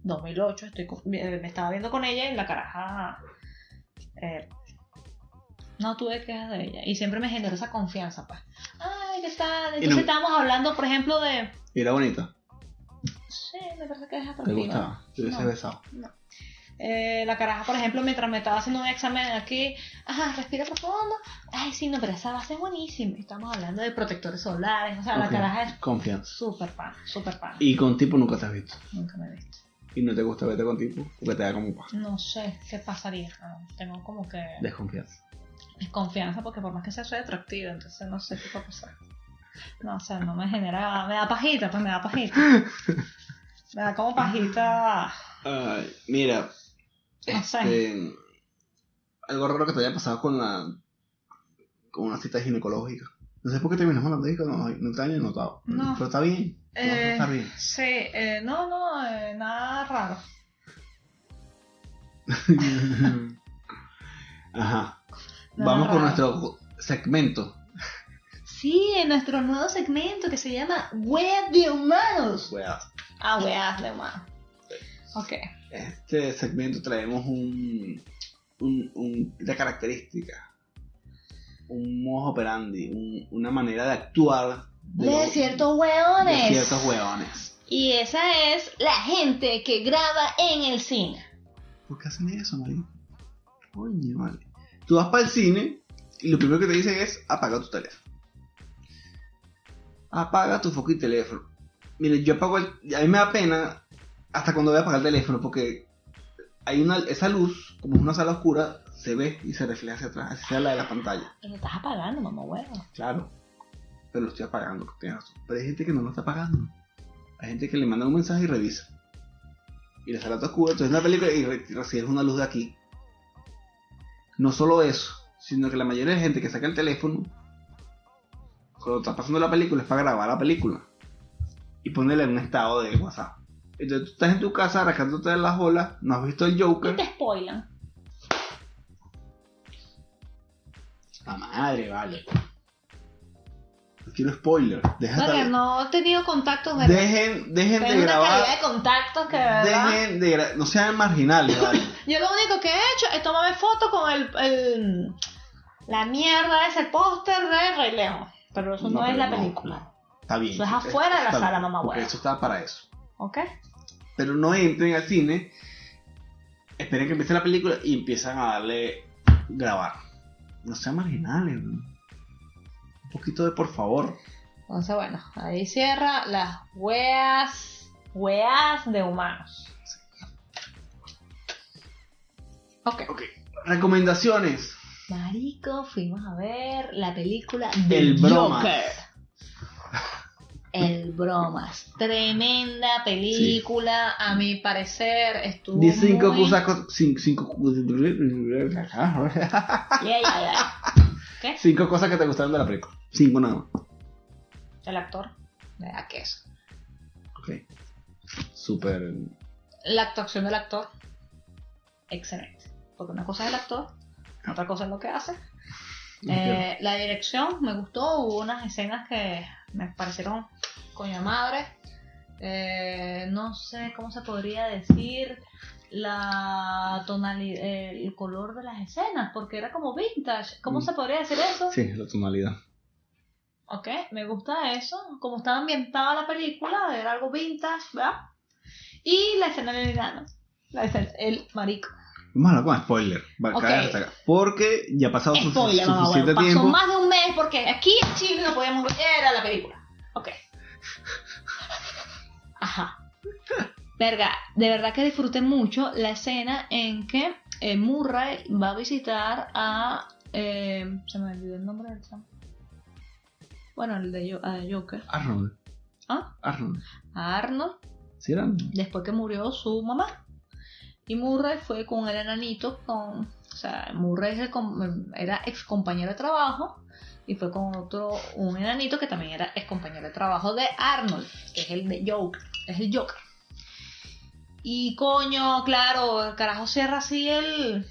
Speaker 4: 2008 estoy con- me me estaba viendo con ella y la caraja eh, no tuve quejas de ella y siempre me generó esa confianza pues ay qué tal entonces
Speaker 2: no-
Speaker 4: estábamos hablando por ejemplo de
Speaker 2: Era bonita.
Speaker 4: sí me parece que es
Speaker 2: Te
Speaker 4: atractiva
Speaker 2: gustaba. Te hubiese
Speaker 4: No.
Speaker 2: besado.
Speaker 4: eh, la caraja, por ejemplo, mientras me estaba haciendo un examen aquí, ajá, respira profundo. Ay, sí, no, pero esa base es buenísima. Estamos hablando de protectores solares. O sea, la
Speaker 2: Ok.
Speaker 4: caraja es
Speaker 2: Confianza.
Speaker 4: súper pan, súper pan.
Speaker 2: Y con tipo nunca te has visto.
Speaker 4: Nunca me he visto.
Speaker 2: Y no te gusta verte con tipo porque te da como paja.
Speaker 4: No sé qué pasaría. Ah, Tengo como que
Speaker 2: Desconfianza.
Speaker 4: desconfianza porque por más que sea soy atractiva, entonces no sé qué va a pasar. No, o sea, no me genera. Me da pajita, pues me da pajita. Me da como pajita.
Speaker 2: Ay, mira.
Speaker 4: No sé.
Speaker 2: este, algo raro que te haya pasado con la. con una cita ginecológica. No sé por qué terminamos hablando de ginecológica, no te había notado.
Speaker 4: No.
Speaker 2: Pero está bien. todo
Speaker 4: Eh,
Speaker 2: Está bien.
Speaker 4: Sí, eh, no, no, eh, nada raro.
Speaker 2: Ajá.
Speaker 4: No,
Speaker 2: Vamos
Speaker 4: no,
Speaker 2: con
Speaker 4: no.
Speaker 2: nuestro segmento.
Speaker 4: Sí, en nuestro nuevo segmento que se llama Web de Humanos.
Speaker 2: Weas.
Speaker 4: Ah, weas de humanos. Ok.
Speaker 2: este segmento traemos un, un, un- una característica, un modo operandi, un- una manera de actuar
Speaker 4: De,
Speaker 2: los-
Speaker 4: ciertos
Speaker 2: de
Speaker 4: hueones.
Speaker 2: ciertos hueones.
Speaker 4: Y esa es la gente que graba en el cine.
Speaker 2: ¿Por qué hacen eso, María? Coño, vale. Tú vas para el cine y lo primero que te dicen es apaga tu teléfono. Apaga tu foco y teléfono. Mire, yo apago el... A mí me da pena hasta cuando voy a apagar el teléfono porque hay una... Esa luz, como es una sala oscura, se ve y se refleja hacia atrás, así sea la de la pantalla.
Speaker 4: Y lo estás apagando, mamá huevo.
Speaker 2: Claro. Pero lo estoy apagando, tienes razón. Pero hay gente que no lo está apagando. Hay gente que le manda un mensaje y revisa. Y la sala está oscura, entonces una película y re- recibes una luz de aquí. No solo eso, sino que la mayoría de gente que saca el teléfono, cuando está pasando la película, es para grabar la película. Y ponerla en un estado de WhatsApp. Entonces tú estás en tu casa rascándote de las olas, no has visto el
Speaker 4: Y
Speaker 2: Joker.
Speaker 4: te spoilan.
Speaker 2: La madre, vale. No quiero spoiler. Deja
Speaker 4: Porque
Speaker 2: esta-
Speaker 4: no he tenido contactos de...
Speaker 2: Dejen, dejen
Speaker 4: tengo
Speaker 2: de
Speaker 4: una
Speaker 2: grabar.
Speaker 4: calidad de contactos que de verdad...
Speaker 2: Dejen de gra- No sean marginales, ¿vale?
Speaker 4: Yo lo único que he hecho es tomarme fotos con el, el- la mierda de ese póster de Rey León. Pero eso no, es
Speaker 2: pero
Speaker 4: la película.
Speaker 2: Está bien.
Speaker 4: Eso es afuera de la
Speaker 2: Está bien,
Speaker 4: sala, mamá
Speaker 2: porque
Speaker 4: hueva.
Speaker 2: Eso está para eso.
Speaker 4: ¿Ok?
Speaker 2: Pero no entren al cine, esperen que empiece la película y empiezan a darle grabar. No sean marginales. ¿no? Un poquito de por favor.
Speaker 4: Entonces, bueno, ahí cierra las weas, weas de humanos. Ok.
Speaker 2: Recomendaciones.
Speaker 4: Marico, fuimos a ver la película
Speaker 2: El
Speaker 4: del
Speaker 2: Bromas.
Speaker 4: Joker. El Bromas. Tremenda película, a mi parecer. Estuvo
Speaker 2: Di cinco
Speaker 4: muy...
Speaker 2: cosas. Cinco, cinco,
Speaker 4: Yeah, yeah, yeah.
Speaker 2: cinco cosas que te gustaron de la película. Cinco nada más.
Speaker 4: El actor me da queso.
Speaker 2: Ok. Súper.
Speaker 4: La actuación del actor, excelente. Porque una cosa es el actor, otra cosa es lo que hace. Eh, la dirección me gustó, hubo unas escenas que me parecieron coño madre. Eh, no sé cómo se podría decir la tonalidad, el color de las escenas, porque era como vintage. ¿Cómo
Speaker 2: Mm.
Speaker 4: se podría decir eso?
Speaker 2: Sí, la tonalidad.
Speaker 4: Ok, me gusta eso. Como estaba ambientada la película, era algo vintage, ¿verdad? Y la escena del enano. La escena, el marico.
Speaker 2: Vamos a hablar con spoiler. Va a
Speaker 4: Ok.
Speaker 2: caer hasta acá. Porque ya ha pasado su-
Speaker 4: Spoiler, mamá,
Speaker 2: suficiente
Speaker 4: bueno, pasó
Speaker 2: tiempo.
Speaker 4: más de un mes porque aquí en Chile no podíamos ver. Era la película. Ok. Ajá. Verga, de verdad que disfruté mucho la escena en que eh, Murray va a visitar a. eh, se me olvidó el nombre del chamo. Bueno, el de Jo- a Joker.
Speaker 2: Arnold.
Speaker 4: ¿Ah?
Speaker 2: Arnold.
Speaker 4: A Arnold.
Speaker 2: ¿Sí era?
Speaker 4: después que murió su mamá. Y Murray fue con el enanito, con, o sea, Murray es el com- era ex compañero de trabajo y fue con otro, un enanito que también era ex compañero de trabajo de Arnold, que es el de Joker, es el Joker. Y coño, claro, el carajo cierra así el,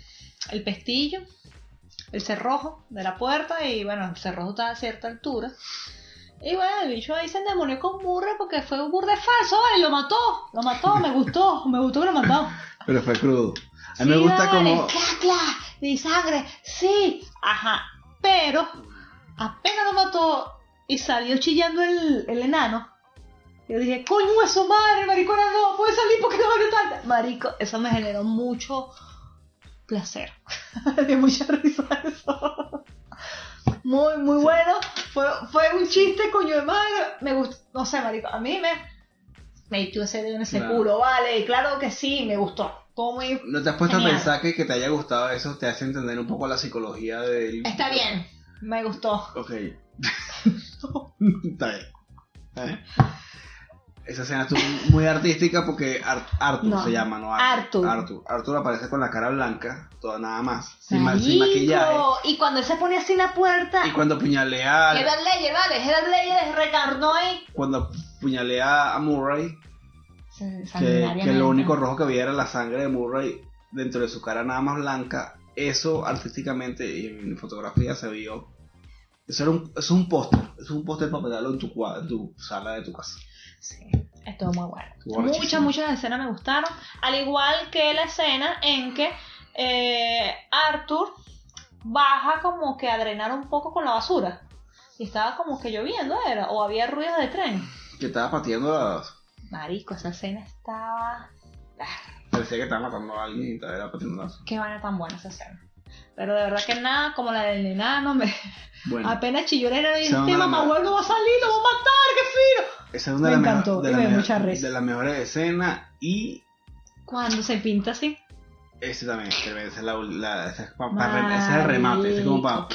Speaker 4: el pestillo, el cerrojo de la puerta y bueno, el cerrojo está a cierta altura. Y bueno, el bicho ahí se endemonió con Murray porque fue un burde falso, vale, lo mató, lo mató, me gustó, me gustó que lo mató.
Speaker 2: Pero fue crudo. A mí me gusta
Speaker 4: vale,
Speaker 2: como.
Speaker 4: ¡Cla, cla! ¡Mi sangre! ¡Sí! Ajá. Pero, apenas lo mató y salió chillando el, el enano. Yo dije, coño, eso madre, maricona, no, puede salir porque no vale tanto. Marico, eso me generó mucho placer. Me dio mucha risa eso. Muy, muy bueno. Fue, fue un chiste, coño de madre. Me gustó, no sé, marico, a mí me. Me echó ese dedo en ese
Speaker 2: Claro.
Speaker 4: culo, vale, claro que sí, me gustó. Todo muy
Speaker 2: ¿No te has puesto
Speaker 4: Genial.
Speaker 2: a pensar que, que te haya gustado eso? Te hace entender un poco la psicología del.
Speaker 4: Está bien, me gustó.
Speaker 2: Ok. Está bien. Está bien. Esa escena estuvo muy artística porque Ar- Arthur
Speaker 4: No.
Speaker 2: se llama, ¿no?
Speaker 4: Arthur.
Speaker 2: Arthur. Arthur. Arthur aparece con la cara blanca, toda nada más. Sin, ma- sin maquillaje.
Speaker 4: Marico, Y cuando él se pone así en la puerta,
Speaker 2: Y cuando apuñalea, al-
Speaker 4: Gerard Leyer, vale, Gerard Leyer recarnó ahí.
Speaker 2: cuando apuñalea a Murray, que, que
Speaker 4: Sanguinariamente.
Speaker 2: lo único rojo que había era la sangre de Murray dentro de su cara nada más blanca, eso artísticamente y en fotografía se vio Eso era un, eso es un póster. eso Es un póster para pegarlo en tu, cua- en tu sala de tu casa.
Speaker 4: Sí, estuvo muy bueno.
Speaker 2: Estuvo
Speaker 4: muchas,
Speaker 2: arrechísimo.
Speaker 4: muchas escenas me gustaron. Al igual que la escena en que eh, Arthur baja como que a drenar un poco con la basura. Y estaba como que lloviendo, era, o había ruidos de tren.
Speaker 2: Que estaba pateando las.
Speaker 4: Marico, esa escena estaba.
Speaker 2: Parecía que estaba matando a alguien y estaba era pateando las.
Speaker 4: Qué vaina tan buena esa escena. Pero de verdad que nada, como la del enano, me...
Speaker 2: Bueno,
Speaker 4: apenas chilló el enano y dije:
Speaker 2: Se van a
Speaker 4: Este
Speaker 2: la
Speaker 4: mamá
Speaker 2: madre".
Speaker 4: no va a salir, lo va a matar, qué fino.
Speaker 2: esa es una
Speaker 4: me
Speaker 2: de, las
Speaker 4: encantó,
Speaker 2: mejo- de
Speaker 4: y
Speaker 2: las
Speaker 4: me dio
Speaker 2: mejo-
Speaker 4: mucha risa.
Speaker 2: de las mejores escenas y
Speaker 4: Cuando se pinta así.
Speaker 2: Este también, tremendo, ese es, la, la- ese es pa- pa- ese es el remate, ese es como para...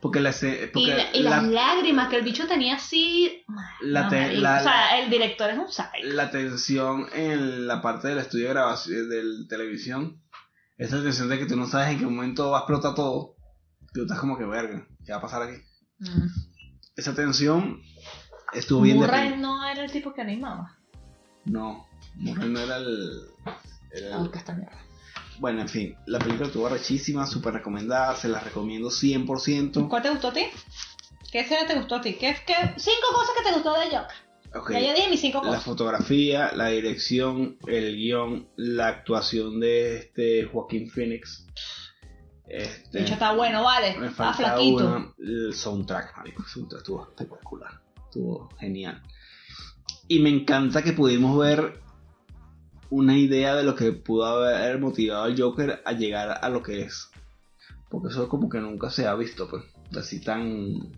Speaker 2: Porque la, se-
Speaker 4: Y,
Speaker 2: porque
Speaker 4: la- y
Speaker 2: la,
Speaker 4: las lágrimas que el bicho tenía así.
Speaker 2: la
Speaker 4: No,
Speaker 2: te-
Speaker 4: marico,
Speaker 2: la-
Speaker 4: o sea, el director es un psycho.
Speaker 2: la tensión en la parte del estudio de grabación, de televisión, esa tensión de que tú no sabes en qué momento va a explotar todo, tú estás como que verga, ¿qué va a pasar aquí? Esa tensión estuvo bien de
Speaker 4: Mm. Murray
Speaker 2: peli.
Speaker 4: no era el tipo que animaba.
Speaker 2: No, Murray no era el... era el-
Speaker 4: Ah, que está mierda.
Speaker 2: bueno, en fin, la película estuvo rechísima, súper recomendada, se la recomiendo 100%.
Speaker 4: ¿Cuál te gustó a ti? ¿Qué escena te gustó a ti? ¿Qué, qué... Cinco cosas que te gustó de Joker.
Speaker 2: Ok.
Speaker 4: Ya yo dije mis cinco
Speaker 2: La
Speaker 4: cosas.
Speaker 2: fotografía, la dirección, el guión, la actuación de este Joaquín Phoenix. Este,
Speaker 4: De hecho, está bueno, vale.
Speaker 2: me
Speaker 4: Está
Speaker 2: falta
Speaker 4: Ah, flaquito.
Speaker 2: una- el soundtrack, marico, el soundtrack estuvo espectacular, estuvo genial. Y me encanta que pudimos ver una idea de lo que pudo haber motivado al Joker a llegar a lo que es. Porque eso como que nunca se ha visto, pues, así tan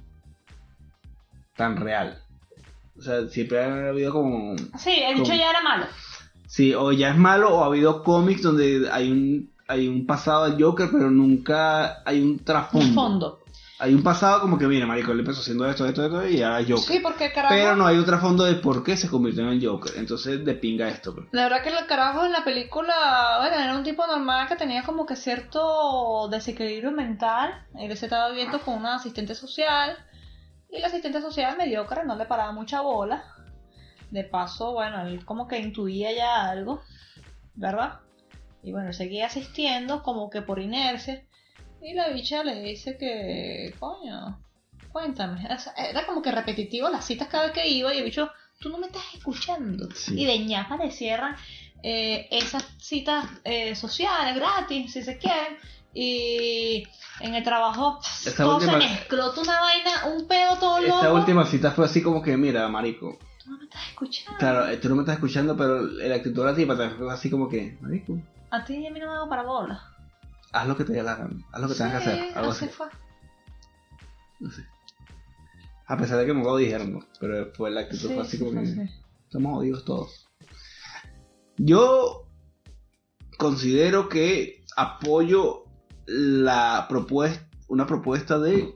Speaker 2: tan real. O sea, siempre ha habido como
Speaker 4: Sí, el bicho
Speaker 2: Con-
Speaker 4: ya era malo.
Speaker 2: Sí, o ya es malo, o ha habido cómics donde hay un, hay un pasado de Joker, pero nunca hay un trasfondo.
Speaker 4: Un fondo.
Speaker 2: Hay un pasado como que, mira, marico, él empezó haciendo esto, esto, esto, y ahora es Joker.
Speaker 4: Sí, porque el carajo.
Speaker 2: pero no hay un trasfondo de por qué se convirtió en el Joker. Entonces, de pinga esto. pues.
Speaker 4: La verdad que el carajo en la película, bueno, era un tipo normal que tenía como que cierto desequilibrio mental. Él se estaba viviendo con una asistente social y la asistente social mediocre no le paraba mucha bola. De paso, bueno, él como que intuía ya algo, ¿verdad? Y bueno, él seguía asistiendo como que por inercia y la bicha le dice que, coño, cuéntame. O sea, Era como que repetitivo las citas cada vez que iba y el bicho, tú no me estás escuchando.
Speaker 2: Sí.
Speaker 4: Y de ñapa le cierran eh, esas citas eh, sociales gratis, si se quieren. Y en el trabajo pff,
Speaker 2: Esta
Speaker 4: todo
Speaker 2: última-
Speaker 4: se mezcló, tú una vaina, un pedo todo loco.
Speaker 2: Esta última cita fue así como que, mira, marico,
Speaker 4: Tú no me estás escuchando.
Speaker 2: claro, eh, tú no me estás escuchando, pero la actitud de la tipa también fue así como que, marico,
Speaker 4: A ti y a mí no me hago para bola.
Speaker 2: haz lo que te dé la gana, haz lo que tengas
Speaker 4: Sí,
Speaker 2: que hacer, algo así.
Speaker 4: fue.
Speaker 2: A pesar de que no lo dijeron, ¿no? pero después la actitud
Speaker 4: Sí,
Speaker 2: fue así
Speaker 4: sí,
Speaker 2: como
Speaker 4: fue
Speaker 2: que...
Speaker 4: así.
Speaker 2: Somos jodidos todos. Yo considero que apoyo la propuesta, una propuesta de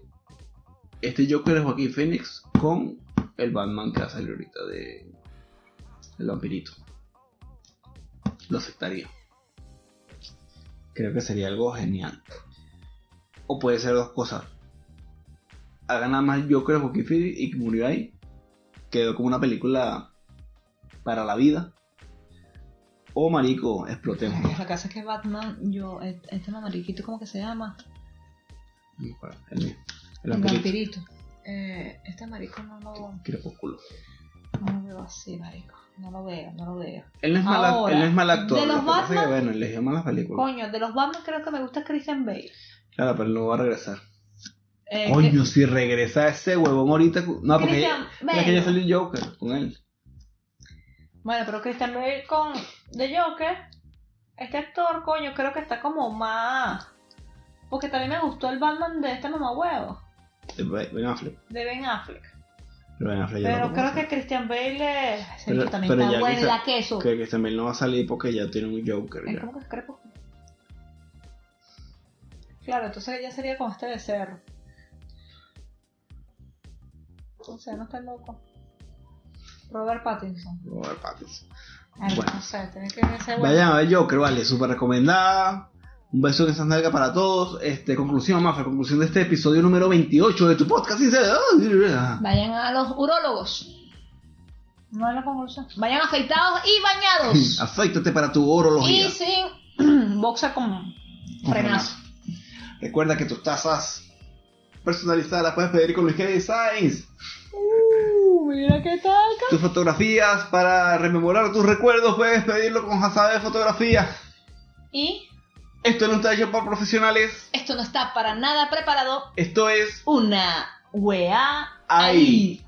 Speaker 2: este Joker de Joaquín Phoenix con el Batman que va a salir ahorita de El Vampirito. Lo aceptaría. Creo que sería algo genial. O puede ser dos cosas. Hagan nada más Joker de Joaquín Phoenix y que murió ahí. Quedó como una película para la vida. O marico, explotemos.
Speaker 4: Lo que pasa es que Batman, yo, este este mamariquito, ¿cómo que se llama?
Speaker 2: No me acuerdo, El, mío. el
Speaker 4: El
Speaker 2: vampirito.
Speaker 4: vampirito. Eh, este marico no lo,
Speaker 2: Crepúsculo.
Speaker 4: no lo veo así, marico. No lo veo, no lo veo.
Speaker 2: Él no es, mal,
Speaker 4: Ahora,
Speaker 2: él no es mal actor.
Speaker 4: de los
Speaker 2: lo que pasa es que,
Speaker 4: Batman-
Speaker 2: bueno, él eligió malas películas.
Speaker 4: Coño, de los Batman creo que me gusta Christian Bale.
Speaker 2: Claro, pero él no va a regresar.
Speaker 4: Eh,
Speaker 2: Coño, si regresa ese huevón ahorita. cu- No,
Speaker 4: que-
Speaker 2: porque ya,
Speaker 4: Christian Bale.
Speaker 2: ya que ya salió el Joker con él.
Speaker 4: Bueno, pero Christian Bale con The Joker, este actor, coño, creo que está como más. Porque también me gustó el Batman de este mamahuevo,
Speaker 2: De Ben Affleck.
Speaker 4: de Ben Affleck.
Speaker 2: Pero Ben Affleck ya no
Speaker 4: Pero
Speaker 2: lo
Speaker 4: creo
Speaker 2: conoce.
Speaker 4: que Christian Bale eh, ese
Speaker 2: Pero-
Speaker 4: bicho también
Speaker 2: pero
Speaker 4: está
Speaker 2: ya
Speaker 4: bueno,
Speaker 2: quizá-
Speaker 4: la queso.
Speaker 2: Creo que también no va a salir porque ya tiene un Joker.
Speaker 4: Es
Speaker 2: ya.
Speaker 4: como que es crepúsculo. Claro, entonces ya sería con este becerro. O sea, no está loco. Robert Pattinson.
Speaker 2: Robert Pattinson.
Speaker 4: Ay,
Speaker 2: Bueno.
Speaker 4: No sé, tiene que ser bueno.
Speaker 2: Vayan a ver Joker, vale, súper recomendada. Un beso en esas nalgas para todos. Este, conclusión, Mafa, conclusión de este episodio número 28 de tu podcast. sincero.
Speaker 4: Vayan a los urólogos. No es la conclusión. Vayan afeitados y bañados.
Speaker 2: Afectate para tu
Speaker 4: y
Speaker 2: orología.
Speaker 4: sin boxer con frenazo.
Speaker 2: Recuerda que tus tazas personalizada, la puedes pedir con Luis K Designs.
Speaker 4: Uh, mira qué tal.
Speaker 2: Tus fotografías para rememorar tus recuerdos, puedes pedirlo con Hasabe Fotografía.
Speaker 4: Y
Speaker 2: Esto no está hecho para profesionales,
Speaker 4: esto no está para nada preparado.
Speaker 2: esto es
Speaker 4: Una weá
Speaker 2: ahí.